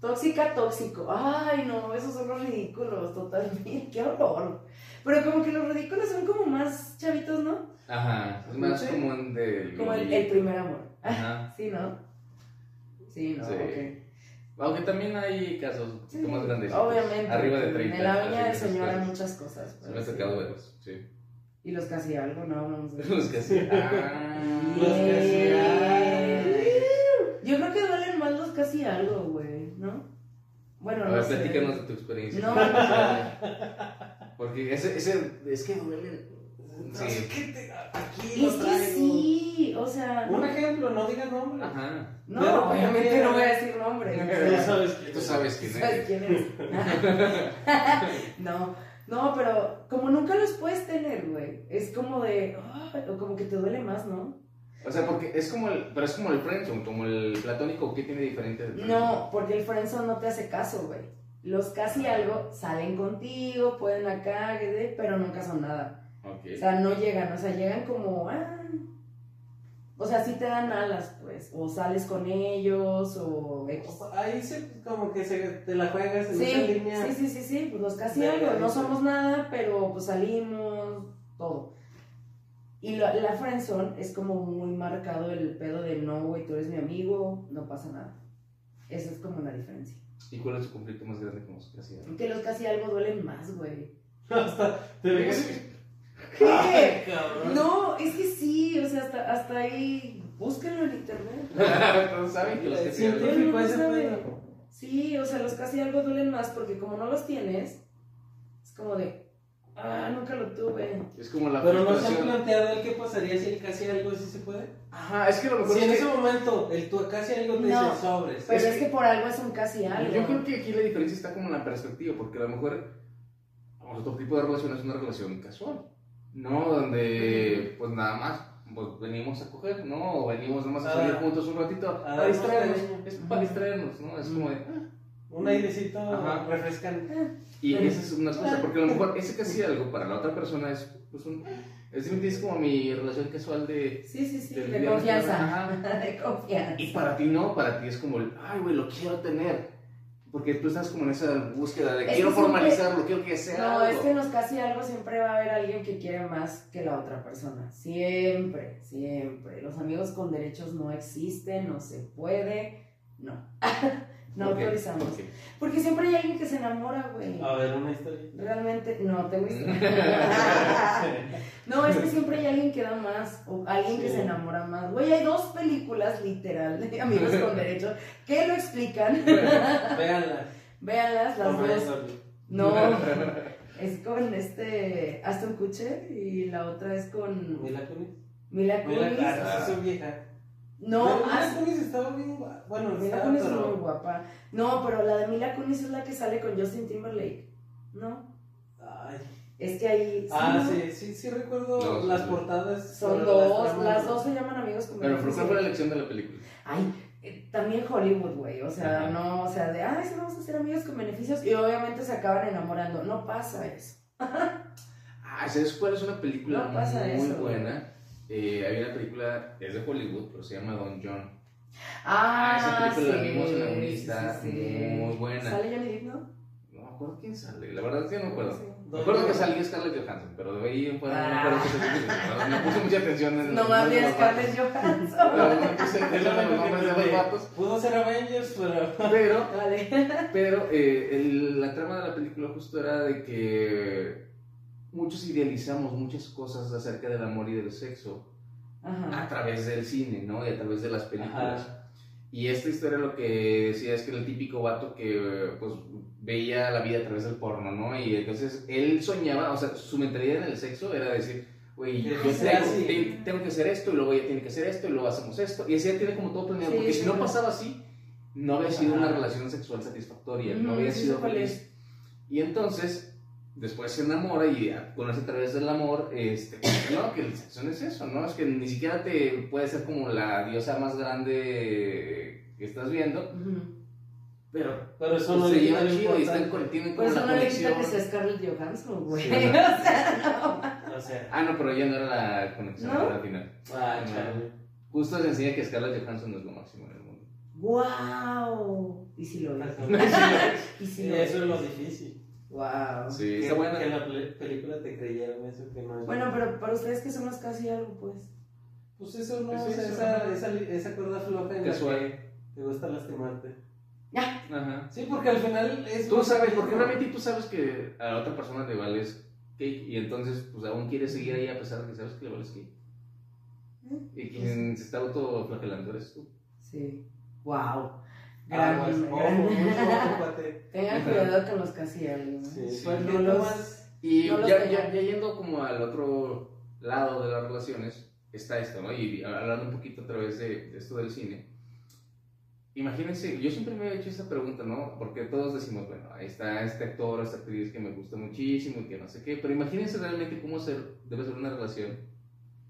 S3: Tóxica, tóxico. Ay, no, esos son los ridículos, totalmente. Qué horror. Pero como que los ridículos son como más chavitos, ¿no?
S1: Ajá. Es más
S3: Sí.
S1: común del.
S3: Como el, el primer amor.
S1: Ajá.
S3: Sí, ¿no? Sí, ¿no?
S1: Sí.
S3: ok.
S1: Aunque también hay casos un poquito más grandes.
S3: Obviamente.
S1: Arriba de 30.
S3: En la viña del
S1: así que
S3: Señor hay
S1: esas
S3: muchas
S1: cosas.
S3: cosas.
S1: Se
S3: pero
S1: me ha
S3: sí.
S1: tocado verlos, sí.
S3: Y los casi algo, no hablamos de
S1: Los que sí. Ah.
S2: Los que sí,
S3: Yay. Yo creo que duelen más los casi algo, güey, ¿no? Bueno,
S1: A
S3: no
S1: ver,
S3: sé.
S1: platícanos de tu experiencia.
S3: No.
S1: Porque ese, ese, es que duele. Sí.
S2: Sí. Aquí lo
S3: Es que
S2: traigo.
S3: sí, o sea,
S2: Un
S3: no,
S2: ejemplo, no digas nombre.
S1: Ajá.
S3: no,
S2: Claro,
S3: obviamente
S2: porque-
S3: no voy a decir nombres. o
S2: Tú
S3: sea,
S2: sabes quién
S1: Tú
S2: es.
S1: sabes quién
S3: ¿Sabes
S1: es.
S3: quién es? no, no, pero como nunca los puedes tener, güey, es como de, ah, o como que te duele más, ¿no?
S1: O sea, porque es como el, pero es como el friendzone, como el platónico, ¿qué tiene diferente del friendzone?
S3: No, porque el friendzone no te hace caso, güey. Los casi algo salen contigo, pueden acá, que de- pero nunca son nada.
S1: Ok.
S3: O sea, no llegan, o sea, llegan como, ah, o sea, sí te dan alas, pues, o sales con ellos, o X.
S2: Ahí se, como que se, te la juegas en esa
S3: Sí,
S2: línea.
S3: sí, sí, sí, sí, pues los casi
S2: De
S3: algo, no
S2: realidad.
S3: somos nada, pero pues salimos, todo. Y la, la friendzone es como muy marcado el pedo de no, güey, tú eres mi amigo, no pasa nada. Esa es como la diferencia.
S1: ¿Y cuál es tu conflicto más grande con los que hacían?
S3: Que los casi algo duelen más, güey.
S2: Hasta te ves.
S3: ¿Qué?
S2: Ay, cabrón.
S3: No, es que sí, o sea, hasta, hasta ahí, búsquenlo en internet.
S1: Todos saben que los que
S2: Eh,
S1: hacían.
S3: Todo el
S2: Científico
S3: mundo
S2: ese
S3: sabe.
S2: pedo.
S3: Sí, o sea, los casi algo duelen más porque como no los tienes, es como de, ah, nunca lo tuve.
S1: Es como la
S2: Pero no se han
S1: frustración.
S2: planteado el qué pasaría si el casi algo así se puede.
S1: Ajá, es que a lo mejor
S2: Si en
S1: es
S2: ese momento el tu casi algo te
S3: No,
S2: dice sobres.
S3: Pero
S1: Es
S3: es que por algo es un casi algo.
S1: que, yo creo que aquí la diferencia está como en la perspectiva, porque a lo mejor otro tipo de relación es una relación casual, ¿no? Donde pues nada más pues, venimos a coger, ¿no? O venimos nada más a
S2: Ah.
S1: salir juntos un ratito
S2: Ah,
S1: a distraernos,
S2: no sé.
S1: es para distraernos, ¿no? Es como de, ah,
S2: Un airecito
S1: Ajá.
S2: refrescante.
S1: Y esa es una
S2: Ah.
S1: cosa, porque a lo mejor ese casi algo para la otra persona es, pues un, es, simplemente es como mi relación casual de...
S3: Sí, sí, sí,
S1: de
S3: de
S1: lidiar con-
S3: confianza.
S1: Ajá.
S3: De confianza.
S1: Y para ti no, para ti es como el, ay, güey, lo quiero tener. Porque tú estás como en esa búsqueda de
S3: Es que
S1: quiero
S3: siempre-
S1: formalizarlo, quiero que sea
S3: No,
S1: algo.
S3: es que en los casi algo siempre va a haber alguien que quiere más que la otra persona. Siempre, siempre. Los amigos con derechos no existen, no se puede. No. no
S1: Ok,
S3: autorizamos.
S1: ok.
S3: Porque siempre hay alguien que se enamora, güey.
S1: Ah.
S2: A ver, una historia.
S3: Realmente, no, te gusta. No, es que siempre hay alguien que da más, o alguien que
S2: Sí.
S3: se enamora más. Güey, hay dos películas literal de Amigos con Derechos que lo explican.
S2: Véanla.
S3: Véanlas las
S2: Toma
S3: dos.
S2: eso.
S3: No, es con este Aston Kutcher y la otra es con
S2: Mila Kunis.
S3: Mila
S2: Mila
S3: Kunis.
S2: Kunis ah. es su vieja.
S3: No,
S2: Mila
S3: Aston
S2: Kunis estaba bien guapa. Bueno,
S3: Mila
S2: estaba,
S3: Kunis es
S2: pero-
S3: muy guapa. No, pero la de Mila Kunis es la que sale con Justin Timberlake. No,
S2: Ay.
S3: es que ahí. sí,
S2: Ah,
S3: ¿no?
S2: sí, sí, sí recuerdo
S1: No, sí,
S2: las
S1: sí.
S2: portadas.
S3: Son
S2: pero las
S3: dos,
S2: tramas
S3: las
S2: no.
S3: dos se llaman amigos con
S1: Pero ¿por
S3: Derechos.
S1: cuál fue la elección de la película?
S3: Ay, eh, también Hollywood, güey. O sea,
S1: Ajá.
S3: no, o sea, de, ay, sí, vamos a ser amigos con beneficios. Y obviamente se acaban enamorando. No pasa eso.
S1: Ah, ¿sabes cuál es una película
S3: No pasa
S1: muy
S3: eso, güey.
S1: buena? Eh, hay una película, es de Hollywood, pero se llama Don John. Ah,
S3: Ah,
S1: esa película
S3: sí,
S1: la vimos en la
S3: sí,
S1: unista,
S3: sí, sí.
S1: muy buena.
S3: ¿Sale Johnny Depp, no?
S1: No me acuerdo quién sale, la verdad es que no me acuerdo.
S3: Sí.
S1: Me acuerdo que salió Scarlett Johansson, pero de ahí en fuera no me acuerdo qué se dice. la verdad, No puse mucha atención en
S3: Ah. No
S1: en
S3: más
S1: los
S3: bien
S1: demás
S3: Scarlett
S1: vatos.
S3: Johansson.
S1: No, no puse
S2: Es
S1: atención
S2: lo
S1: en los
S2: único que
S1: nombres de los
S2: entendí.
S1: vatos,
S2: Pudo ser Avengers, pero.
S1: pero
S3: Vale.
S1: Pero eh, el- la trama de la película justo era de que muchos idealizamos muchas cosas acerca del amor y del sexo a
S3: Ajá.
S1: través del cine, ¿no? Y a través de las películas.
S2: Ajá.
S1: Y esta historia lo que decía es que era el típico vato que pues veía la vida a través del porno, ¿no? Y entonces él soñaba, o sea, su mentalidad en el sexo era decir, güey, yo
S2: Tiene
S3: que
S1: tengo,
S3: ser así".
S1: te- tengo que hacer esto, y luego ella tiene que hacer esto, y luego hacemos esto. Y así ya tiene como todo planeado,
S3: Sí,
S1: porque si
S3: sí,
S1: no
S3: sí.
S1: pasaba así, no había sido
S2: Ajá.
S1: una relación sexual satisfactoria, no
S3: Ujú,
S2: Mm,
S1: había
S3: sí,
S1: sido
S3: sé cuál
S1: feliz. Y entonces, después se enamora y ah, conoce a través del amor, este, no, que el sexo no es eso, ¿no? Es que ni siquiera te puede ser como la diosa más grande que estás viendo,
S3: Ujú.
S1: pero
S2: Pero eso no
S1: pues, se
S2: le
S1: lleva
S2: quita lo
S1: chido y están,
S2: importante.
S1: con- tienen
S3: Por
S1: como
S3: eso
S1: una
S3: no le quita
S1: conexión.
S3: que sea Scarlett Johansson, güey.
S1: Sí.
S3: o sea, no.
S2: O sea,
S1: Ah, no, pero ya no era la conexión
S3: ¿No?
S1: era al final.
S2: ah, chale.
S1: Justo se enseña que Scarlett Johansson no es lo máximo en el mundo.
S3: ¡Wow! Y si lo es. Y si
S2: Sí,
S3: lo
S2: eso es lo difícil.
S3: ¡Wow!
S1: Sí,
S2: que,
S1: está buena.
S2: que en la pel- película te creyeron eso que no es.
S3: Bueno, pero para ustedes que somos casi algo, pues.
S2: Pues eso no,
S1: Pues
S2: o sea,
S1: eso,
S2: esa,
S1: ¿no?
S2: esa, li- esa cuerda floja en la
S1: Casual.
S2: que te gusta lastimarte.
S1: Ajá.
S2: Sí, porque al final es.
S1: Tú sabes, porque realmente tú sabes que a la otra persona le vales cake y entonces pues aún quieres seguir ahí a pesar de que sabes que le vales cake.
S3: ¿Eh?
S1: Y quien se está autoflagelando eres tú.
S3: Sí. ¡Wow! Gran,
S2: Aguas, Ah, pues, ojo,
S3: gran-
S2: mucho ojo, cuate.
S3: Tengan
S1: Ajá.
S3: cuidado con los casi algo. ¿no?
S2: Sí,
S1: Sí,
S2: fue el
S3: no
S2: que
S3: los-
S2: tomas-
S1: Y
S3: No los
S1: ya,
S3: dejan.
S1: ya, ya yendo como al otro lado de las relaciones, está esto, ¿no? Y hablando un poquito a través de, de esto del cine. Imagínense, yo siempre me he hecho esa pregunta, ¿no? Porque todos decimos, bueno, ahí está este actor, esta actriz que me gusta muchísimo y que no sé qué, pero imagínense realmente cómo ser, debe ser una relación.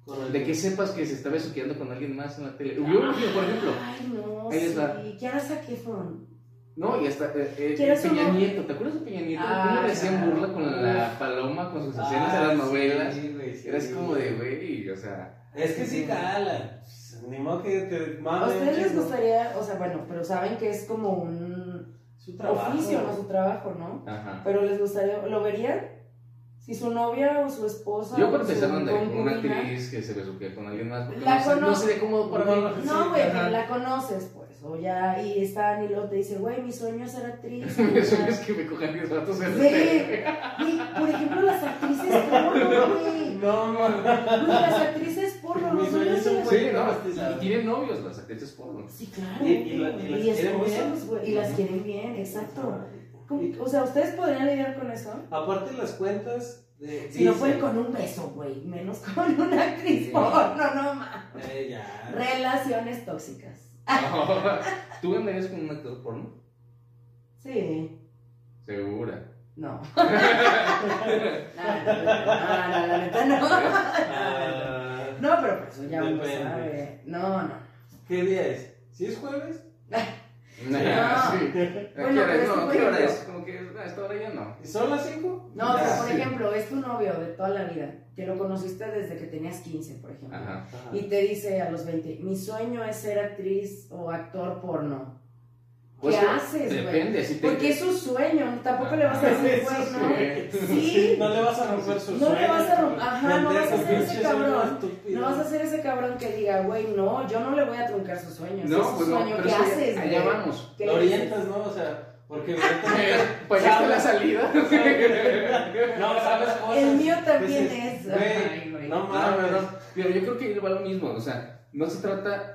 S2: con el-
S1: De que sepas que se está besuqueando con alguien más en la tele.
S2: Ah.
S1: Yo, por ejemplo,
S3: Ay, no,
S1: Ahí
S3: sí.
S1: les va.
S3: Kiara Saquefron.
S1: No, y hasta eh, eh,
S3: ¿Quieres
S1: Peña
S3: uno?
S1: Nieto, ¿te acuerdas de Peña Nieto?
S3: Ah,
S1: ¿Cómo le hacían
S3: claro.
S1: burla con la paloma, con sus escenas de
S2: Ah,
S1: las
S2: sí,
S1: novelas?
S2: güey, sí.
S1: Eres como de, güey, o sea,
S2: Es que sí cala. Ni modo que te
S3: ¿A
S2: mames.
S3: ustedes les gustaría, o sea, bueno, pero saben que es como un
S2: Su trabajo.
S3: oficio, no su trabajo, ¿no?
S1: ajá.
S3: Pero les gustaría, ¿lo verían? Si su novia o su esposa.
S1: Yo
S3: o
S1: por
S3: su
S1: empezar andaría con una
S3: concubina-
S1: actriz que se besuquea con alguien más, porque
S3: La
S1: no, sé- no
S3: conozco.
S1: sería cómodo para
S2: No,
S1: mí.
S3: No,
S2: Sí,
S3: güey,
S2: ajá.
S3: pero la conoces, pues. O ya, y están y luego te dicen, güey, mi sueño es ser actriz.
S1: Eso es que me cojan 10 vatos en la
S3: Sí.
S1: tele.
S3: Güey, por ejemplo, las actrices porno, güey.
S2: No, no.
S3: Güey, Las actrices porno,
S2: Mi
S3: los
S2: sueño
S3: sueños
S2: es
S3: son
S2: un
S3: las-
S1: Sí,
S2: güey.
S1: no, y tienen novios las actrices porno.
S3: Sí, claro.
S2: Y- y la- y las
S3: güey,
S2: quieren bien.
S3: esposos, güey, Y las quieren bien, exacto. ¿Cómo- O sea, ¿ustedes podrían lidiar con eso?
S2: Aparte las cuentas de...
S3: Si no
S2: dicen-
S3: pueden con un beso, güey, menos con una actriz
S1: Sí. Ah.
S3: porno, no más.
S2: Eh, ya.
S3: Relaciones tóxicas.
S1: ¿Tú andarías con un actor porno?
S3: Sí,
S1: Segura.
S3: no. No, no, no, la neta no.
S2: Ah,
S3: No, pero pues eso ya uno
S2: Depende.
S3: sabe. No, no.
S2: ¿Qué día es? ¿Si es jueves?
S1: Nah, sí. ¿A
S3: Ah, Bueno,
S1: ¿Qué hora
S3: pero
S1: es?
S3: es que,
S1: No,
S3: por
S1: ¿qué hora
S3: ejemplo-
S1: es? Como que a esta hora ya no.
S2: ¿Son las 5?
S3: No, pero por
S1: sí.
S3: ejemplo, es tu novio de toda la vida, que lo conociste desde que tenías 15, por ejemplo.
S1: Ajá.
S3: Y te dice a los 20, mi sueño es ser actriz o actor porno. ¿Qué
S1: Pues,
S3: haces, güey?
S1: Depende, si te...
S3: Porque es su sueño, tampoco le vas a decir,
S2: Sí,
S3: güey, ¿no? Sí,
S2: No le vas a romper su
S3: No le
S2: sueño.
S3: vas a romper- ajá, no vas a ser ese
S2: Pinche
S3: cabrón.
S2: sueño estúpido.
S3: no vas a ser ese cabrón que diga, güey, no, yo no le voy a truncar su sueño. ese es
S1: No,
S3: su
S1: pues no,
S3: sueño.
S1: pero
S3: ¿Qué
S1: es que
S3: haces,
S1: allá
S3: güey?
S1: vamos.
S3: ¿Qué
S2: Lo
S3: dices?
S2: orientas, ¿no? O sea, porque... evidentemente-
S1: Pues ya está la salida.
S2: no, sabes cosas.
S3: El mío también eh.
S2: Dices,
S3: es.
S2: güey,
S3: Ay, güey.
S2: No
S1: Pues No, no,
S2: mames.
S1: no. Pero yo creo que va lo mismo. O sea, no se trata.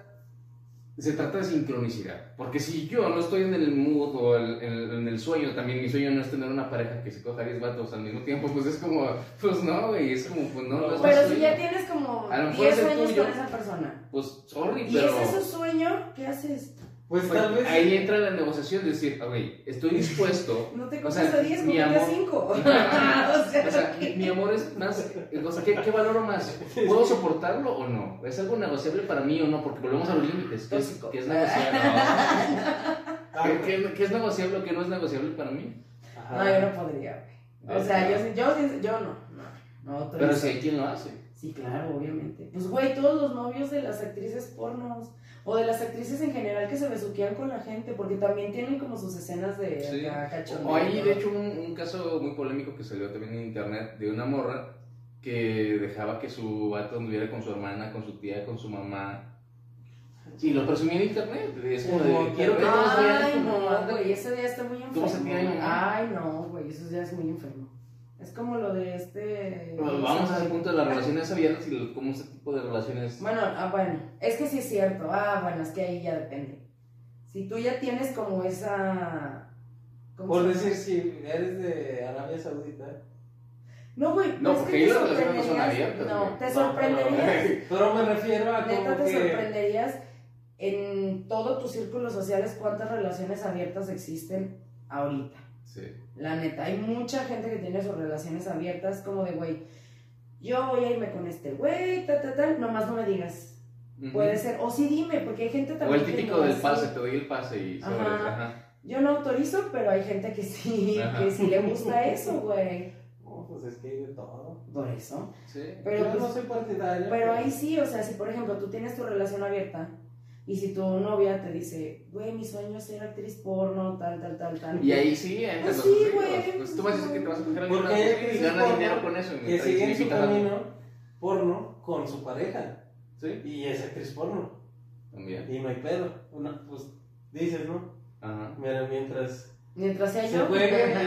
S1: Se trata de sincronicidad. Porque si yo no estoy en el mood o el- en, en el sueño, también mi sueño no es tener una pareja que se coja 10 vatos al mismo tiempo, pues es como, pues no, güey, es como, pues no, no es
S3: Pero
S1: mi
S3: si
S1: sueño.
S3: ya tienes como
S1: A lo mejor
S3: 10
S1: es el
S3: sueños
S1: tuyo.
S3: con esa persona.
S1: Pues sorry,
S3: Y
S1: pero.
S3: ese es su sueño, ¿qué haces?
S2: Pues
S1: pues,
S2: tal vez...
S1: ahí entra la negociación, de decir, ah, güey, estoy dispuesto
S3: No te
S1: O
S3: compras
S1: sea,
S3: a 10,
S1: mi
S3: cómprate a
S1: amor-
S3: 5.
S1: O sea, mi, mi amor es más. O sea, ¿qué, qué valoro más? ¿Puedo soportarlo o no? ¿Es algo negociable para mí o no? Porque volvemos a los límites. ¿Qué es, qué es negociable?
S2: Ah,
S1: ¿Qué- qué- qué es negociable o qué no es negociable para mí?
S2: ajá.
S3: No, yo no podría, güey. O sea, yo, sí- yo, sí- yo no, no. no otra
S1: Pero
S3: vez.
S1: si hay quien lo hace.
S3: sí. Sí, claro, obviamente. Pues, güey, todos los novios de las actrices pornos o de las actrices en general que se besuquean con la gente, porque también tienen como sus escenas de
S1: Sí.
S3: acá
S1: O
S3: cachondeo,
S1: hay,
S3: ¿no?
S1: de hecho, un, un caso muy polémico que salió también en internet de una morra que dejaba que su vato anduviera con su hermana, con su tía, con su mamá. Y lo presumía en internet. Es como de,
S2: Como
S1: quiero que todos vean
S3: Ay,
S1: cómo
S3: no,
S1: anda".
S3: güey, ese día está muy
S1: ¿Cómo
S3: enfermo.
S1: se tiene mi mamá?
S3: Ay, no, güey, eso ya es muy enfermo. Es como lo de este...
S1: Pero pues, Vamos a ese punto de las relaciones abiertas y lo- cómo ese tipo de relaciones...
S3: Bueno, ah, bueno, es que sí es cierto. Ah, bueno, es que ahí ya depende. Si tú ya tienes como esa... ¿cómo
S2: Por
S3: se llama?
S2: decir, si eres de Arabia Saudita.
S3: No, güey,
S1: No,
S3: es
S1: porque
S3: que
S1: ahí
S3: te
S1: las relaciones no son
S3: sorprenderías-
S1: abiertas,
S3: No,
S1: güey.
S3: te
S2: No,
S3: sorprenderías.
S2: Pero me refiero a como
S3: Neta, te
S2: que.
S3: sorprenderías en todos tus círculos sociales cuántas relaciones abiertas existen ahorita.
S1: Sí.
S3: La neta, hay mucha gente que tiene sus relaciones abiertas como de, güey, yo voy a irme con este güey, ta, ta, ta, nomás no me digas.
S1: Ujú.
S3: Puede ser, o sí dime, porque hay gente
S1: O
S3: también
S1: el
S3: que
S1: típico
S3: no
S1: del
S3: así.
S1: pase, te doy el pase y
S3: Ajá.
S1: sobre. Ajá.
S3: Yo no autorizo, pero hay gente que sí,
S1: Ajá.
S3: que sí le gusta eso, güey.
S2: No, pues es que hay de todo.
S3: Por eso.
S1: Sí.
S3: Pero
S2: Yo
S3: pues,
S2: no soy partidario.
S3: Pero ahí sí, o sea, si por ejemplo tú tienes tu relación abierta y si tu novia te dice, güey, mi sueño es ser actriz porno, tal, tal, tal, tal.
S1: Y ahí sí, entran
S3: Pues
S1: los
S3: sí,
S1: amigos.
S3: güey.
S1: Pues tú vas a decir que te vas a coger a
S2: Porque
S1: alguien
S2: hay
S1: y
S2: actrices
S1: ganas
S2: porno
S1: dinero con eso.
S2: Que
S1: mientras
S2: siguen su
S1: invitas a-
S2: camino porno con su pareja.
S1: Sí,
S2: Y es actriz porno.
S1: también.
S2: Y no hay pedo. Una, pues dices, ¿no?
S1: Ajá.
S2: Mira, mientras.
S3: Mientras sea
S2: se
S3: yo. pues,
S2: juegue en,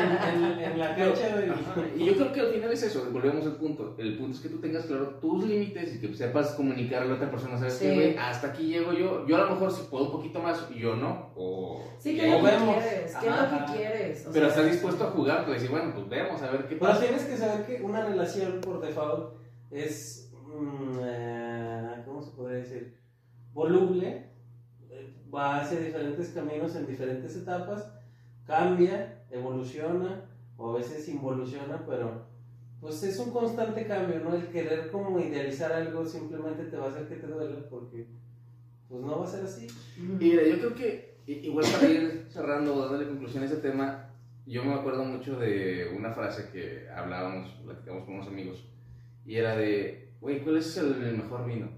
S2: en- en la cancha del...
S1: Ajá, Y yo creo que al final es eso, volvemos al punto. El punto es que tú tengas claro tus límites y que sepas comunicar a la otra persona, ¿sabes qué,
S3: Sí.
S1: güey? Hasta aquí llego yo. Yo a lo mejor si puedo un poquito más, yo no. O...
S3: Sí, ¿qué
S1: o
S3: es lo que
S1: vemos.
S2: vemos.
S3: quieres? ¿Qué es lo
S2: Ajá.
S3: que quieres? O
S1: Pero
S3: sea,
S1: estás dispuesto a jugar, pues decir, bueno, pues vemos a ver qué
S2: Pero
S1: pasa.
S2: tienes que saber que una relación por default es, mm, eh, ¿cómo se podría decir? Voluble, eh, va hacia diferentes caminos en diferentes etapas, cambia, evoluciona o a veces involuciona, pero pues es un constante cambio, ¿no? El querer como idealizar algo simplemente te va a hacer que te duela porque pues no va a ser así.
S3: ujú.
S1: Y mira, yo creo que i- igual para ir cerrando o dándole conclusión a ese tema, yo me acuerdo mucho de una frase que hablábamos, platicábamos con unos amigos, y era de, güey, ¿cuál es el, el mejor vino?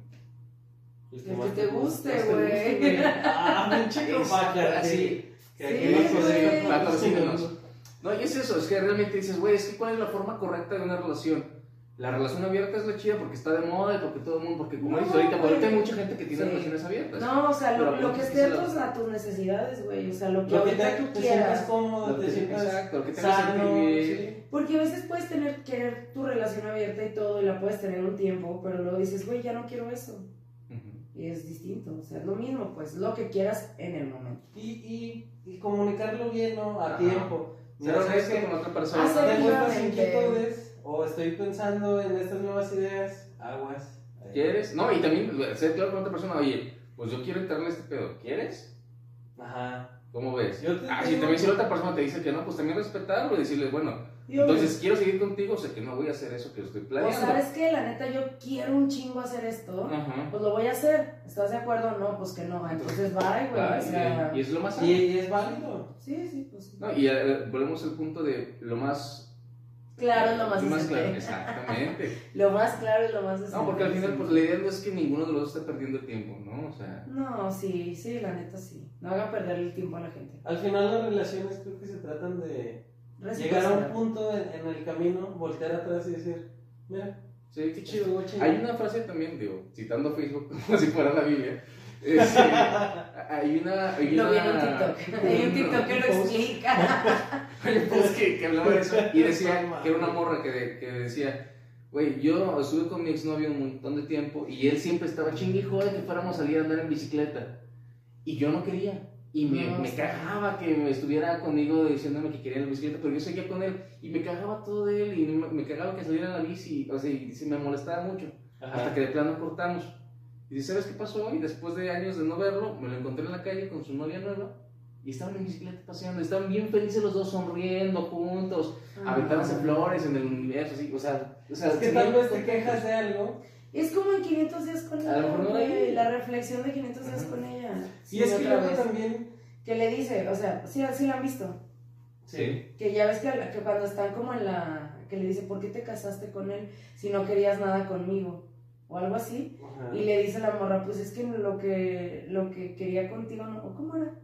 S2: El
S3: El
S2: más
S3: que te guste,
S2: más te
S3: güey.
S2: guste, Ah, pinche
S1: Es
S2: Bacardi.
S1: así.
S2: Que
S3: Sí,
S2: aquí nos
S3: güey.
S2: consiguen patrocinios.
S1: No, y es eso, es que realmente dices, güey, es que cuál es la forma correcta de una relación. La relación abierta es la chida porque está de moda y porque todo el mundo, porque como
S3: No,
S1: dices ahorita,
S3: güey.
S1: ahorita hay mucha gente que tiene
S3: Sí.
S1: relaciones abiertas.
S3: No, o sea, lo,
S1: pues, Pero
S3: lo que
S1: sí
S3: esté
S1: se lo-
S3: a tus- a tus necesidades, güey. O sea, lo que
S2: Lo que te,
S3: ahorita tú
S2: te sientas
S3: quieras.
S2: cómodo,
S1: Lo que-
S2: te sientas
S1: exacto, lo que te haga
S2: sano.
S1: sentir bien.
S2: sí.
S3: Porque a veces puedes tener, querer tu relación abierta y todo, y la puedes tener un tiempo, pero luego dices, güey, ya no quiero eso.
S1: Ujú.
S3: Y es distinto, o sea, es lo mismo, pues, lo que quieras en el momento.
S2: Y, y, y comunicarlo bien, ¿no? A
S1: Ajá.
S2: tiempo.
S1: Ser
S2: Mira, ¿sabes
S1: honesto
S2: qué?
S1: con otra
S3: Hacer-
S1: persona.
S2: Tengo estas
S3: Efectivamente.
S2: inquietudes o estoy pensando en estas nuevas ideas. Aguas.
S1: ¿Quieres? No, y también ser claro con otra persona, oye, pues yo quiero entrarle a este pedo, ¿quieres?
S2: Ajá.
S1: ¿Cómo ves?
S2: Yo te
S1: Ah, si
S2: tengo-
S1: también si la otra persona te dice que no, pues también respetarlo y decirle, bueno,
S3: Yo-
S1: entonces quiero seguir contigo, o sea que no voy a hacer eso que estoy
S3: O
S1: planeando.
S3: sabes que la neta yo quiero un chingo hacer esto,
S1: Ajá.
S3: pues lo voy a hacer. ¿Estás de acuerdo? No, pues que no. Entonces bye, güey.
S1: Ah,
S3: o sea,
S1: y- y es lo más
S2: Y, y es válido.
S3: sí, sí, pues sí.
S1: No, y eh, volvemos al punto de lo más...
S3: Claro, es lo más,
S1: claro,
S3: decente.
S1: Exactamente.
S3: Lo más claro es lo más decente.
S1: No, porque al final,
S3: sí.
S1: pues la idea no es que ninguno de los dos esté perdiendo el tiempo, ¿no? O sea...
S3: No, sí, sí, la neta sí. No haga perder el tiempo a la gente.
S2: Al final las relaciones creo que se tratan de llegar a un
S3: Responsabilidad.
S2: punto en, en el camino, voltear atrás y decir, mira,
S1: Sí, qué
S2: qué
S1: chido.
S2: chido, chido.
S1: Hay una frase también, digo, citando Facebook como si fuera la Biblia. este, hay una... Hay
S3: Lo vi en un
S1: una-
S3: TikTok. Hay un TikTok que lo explica.
S1: Oye, pues que, que hablaba de eso y decía que era una morra que, de- que decía, güey, yo estuve con mi exnovio un montón de tiempo y él siempre estaba chingue y jode que fuéramos a salir a andar en bicicleta. Y yo no quería. Y me,
S3: No,
S1: me
S3: sí.
S1: cagaba que me estuviera conmigo diciéndome que quería la bicicleta, pero yo seguía con él y me cagaba todo de él y me, me cagaba que saliera en la bici, o sea, y se me molestaba mucho. Hasta
S2: Ajá.
S1: que de plano cortamos. Y dice, ¿sabes qué pasó? Y después de años de no verlo, me lo encontré en la calle con su novia nueva. Y estaban en bicicleta paseando. y Estaban bien felices los dos, sonriendo juntos, aventándose flores en el universo. Así, o sea, o sea
S2: Es que
S1: sí,
S2: tal vez te
S1: con-
S2: quejas de algo.
S3: Es como en 500 días con
S1: A lo
S3: ella,
S1: mejor no
S3: güey,
S1: hay-
S3: La reflexión de 500 días
S1: Ajá.
S3: con ella.
S2: Y es que
S3: otra
S2: luego
S3: vez.
S2: también.
S3: que le dice, o sea, sí, sí la han visto,
S1: Sí.
S3: que ya ves que, que cuando están como en la, que le dice, ¿por qué te casaste con él si no querías nada conmigo? o algo así.
S2: Ajá.
S3: Y le dice la morra, pues es que lo que, lo que quería contigo, no, ¿o ¿cómo era?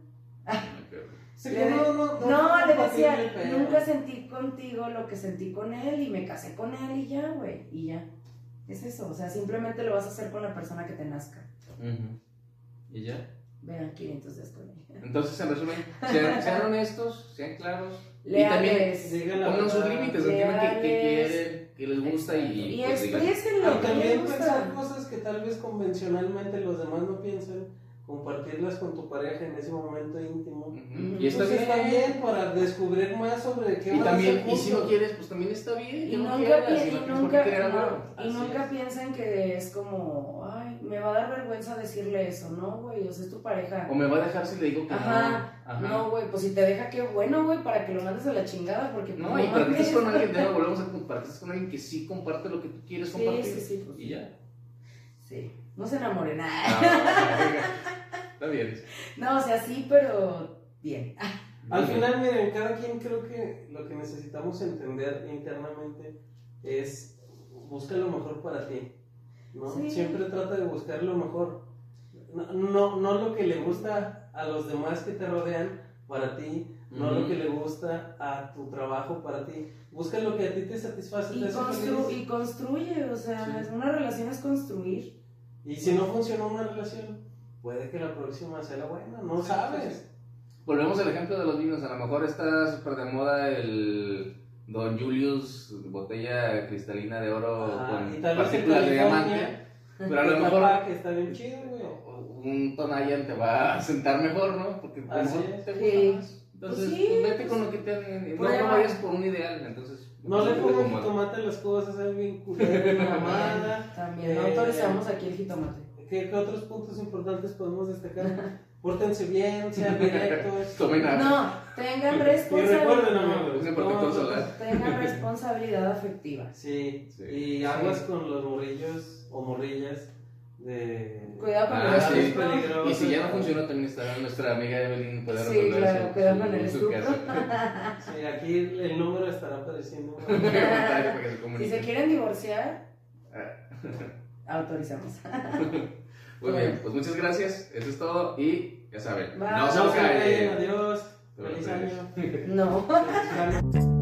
S2: O sea,
S3: le
S2: que
S3: de-
S2: no, no, no,
S3: No,
S2: no
S3: le
S2: fue
S3: decía,
S2: posible, pero-
S3: nunca sentí contigo lo que sentí con él y me casé con él y ya, güey, y ya. Es eso, o sea, simplemente lo vas a hacer con la persona que te nazca.
S1: Ujú. ¿Y ya?
S3: Ven aquí, entonces con ella.
S1: Entonces, en resumen, sean, sean honestos, sean claros,
S3: Leales.
S2: Diga la
S1: pongan sus
S2: verdad.
S1: límites, entiendan que, que
S3: Leales.
S1: quieren, que les gusta y,
S3: Y
S1: pues, digan.
S3: exprésenlo,
S2: Y
S3: que les
S2: Ah, también
S3: gusta.
S2: pensar cosas que tal vez convencionalmente los demás no piensan, compartirlas con tu pareja en ese momento íntimo.
S1: Ujú. Y está
S2: Pues
S1: bien.
S2: está bien para descubrir más sobre qué
S1: Y
S2: van a hacer
S1: también, y si no
S2: juntos.
S1: quieres, pues también está bien.
S3: Y
S1: que no
S3: nunca,
S1: quieras,
S3: pi-
S1: si no
S3: y
S1: tienes por qué
S3: nunca-
S1: querer
S3: no,
S1: algo.
S3: y
S1: Así
S3: nunca
S1: es.
S3: piensen que es como, ay, me va a dar vergüenza decirle eso, ¿no, güey? O sea, es tu pareja.
S1: O me va a dejar si le digo que
S3: Ajá,
S1: no. Ajá.
S3: No, güey, pues si te deja, qué bueno, güey, para que lo mandes a la chingada, porque...
S1: No, y para que estés con alguien, de nuevo volvemos a compartir con alguien que sí comparte lo que tú quieres
S3: Sí,
S1: compartir.
S3: sí, sí. pues,
S1: Y ya.
S3: Sí, no se enamoren. ah.
S1: Ah, está bien.
S3: No, o sea, sí, pero bien. Ah,
S2: Al final, miren, cada quien creo que lo que necesitamos entender internamente es busca lo mejor para ti. ¿no?
S3: Sí.
S2: Siempre trata de buscar lo mejor. No, no, no lo que le gusta a los demás que te rodean para ti, no
S1: Ujú.
S2: lo que le gusta a tu trabajo para ti. Busca lo que a ti te satisface.
S3: Y,
S2: te hace
S3: constru-
S2: feliz.
S3: y construye, o sea,
S1: Sí.
S3: una relación es construir.
S2: Y si no funcionó una relación, puede que la próxima sea la buena, no
S1: Sí, sí,
S2: sabes.
S1: Volvemos al ejemplo de los vinos. A lo mejor está súper de moda el Don Julius, botella cristalina de oro
S2: Ajá,
S1: con
S2: y tal vez en
S1: partículas de
S2: California,
S1: diamante. Pero a lo
S2: tu
S1: mejor
S2: papá, que está bien chido, güey.
S1: un Tonayan te va a sentar mejor, ¿no? Porque a lo
S2: Así
S1: mejor
S2: es.
S1: te
S3: Sí.
S1: gusta más. Entonces,
S3: Pues sí,
S1: pues vete
S3: pues,
S1: con lo que te. No,
S3: prueba.
S1: no vayas por un ideal. Entonces,
S2: No le
S1: te
S2: pongan
S1: acomoda.
S2: jitomate a las cosas, es bien culero, una mamada.
S3: También, no
S2: Eh,
S3: autorizamos aquí el jitomate.
S2: ¿Qué, qué otros puntos importantes podemos destacar? Pórtense bien, sean directos.
S1: Tomen agua.
S3: No, tengan
S2: Y recuerden,
S3: responsabilidad.
S2: amigos,
S1: Es importante
S2: todos-
S1: consolar.
S3: Tengan responsabilidad afectiva.
S2: Sí,
S1: Sí.
S2: y aguas con los morrillos o morrillas de...
S3: Cuidado con
S1: Ah,
S3: los
S1: sí.
S3: adultos.
S1: Y si ya no funcionó, también estará nuestra amiga Evelyn para
S3: Sí, claro, cuidado con el
S1: su casa.
S3: estupro.
S2: Sí, aquí el el número estará apareciendo.
S1: Para que se
S3: Si se
S1: comuniquen.
S3: quieren divorciar,
S1: Ah.
S3: autorizamos.
S1: Muy bien, pues muchas gracias. Eso es todo y ya saben.
S3: Bye.
S1: No se
S2: Nos
S1: lo
S2: vemos,
S1: caen.
S2: adiós.
S1: Pero
S2: Feliz
S1: feliz.
S2: año.
S3: No.
S2: Feliz año.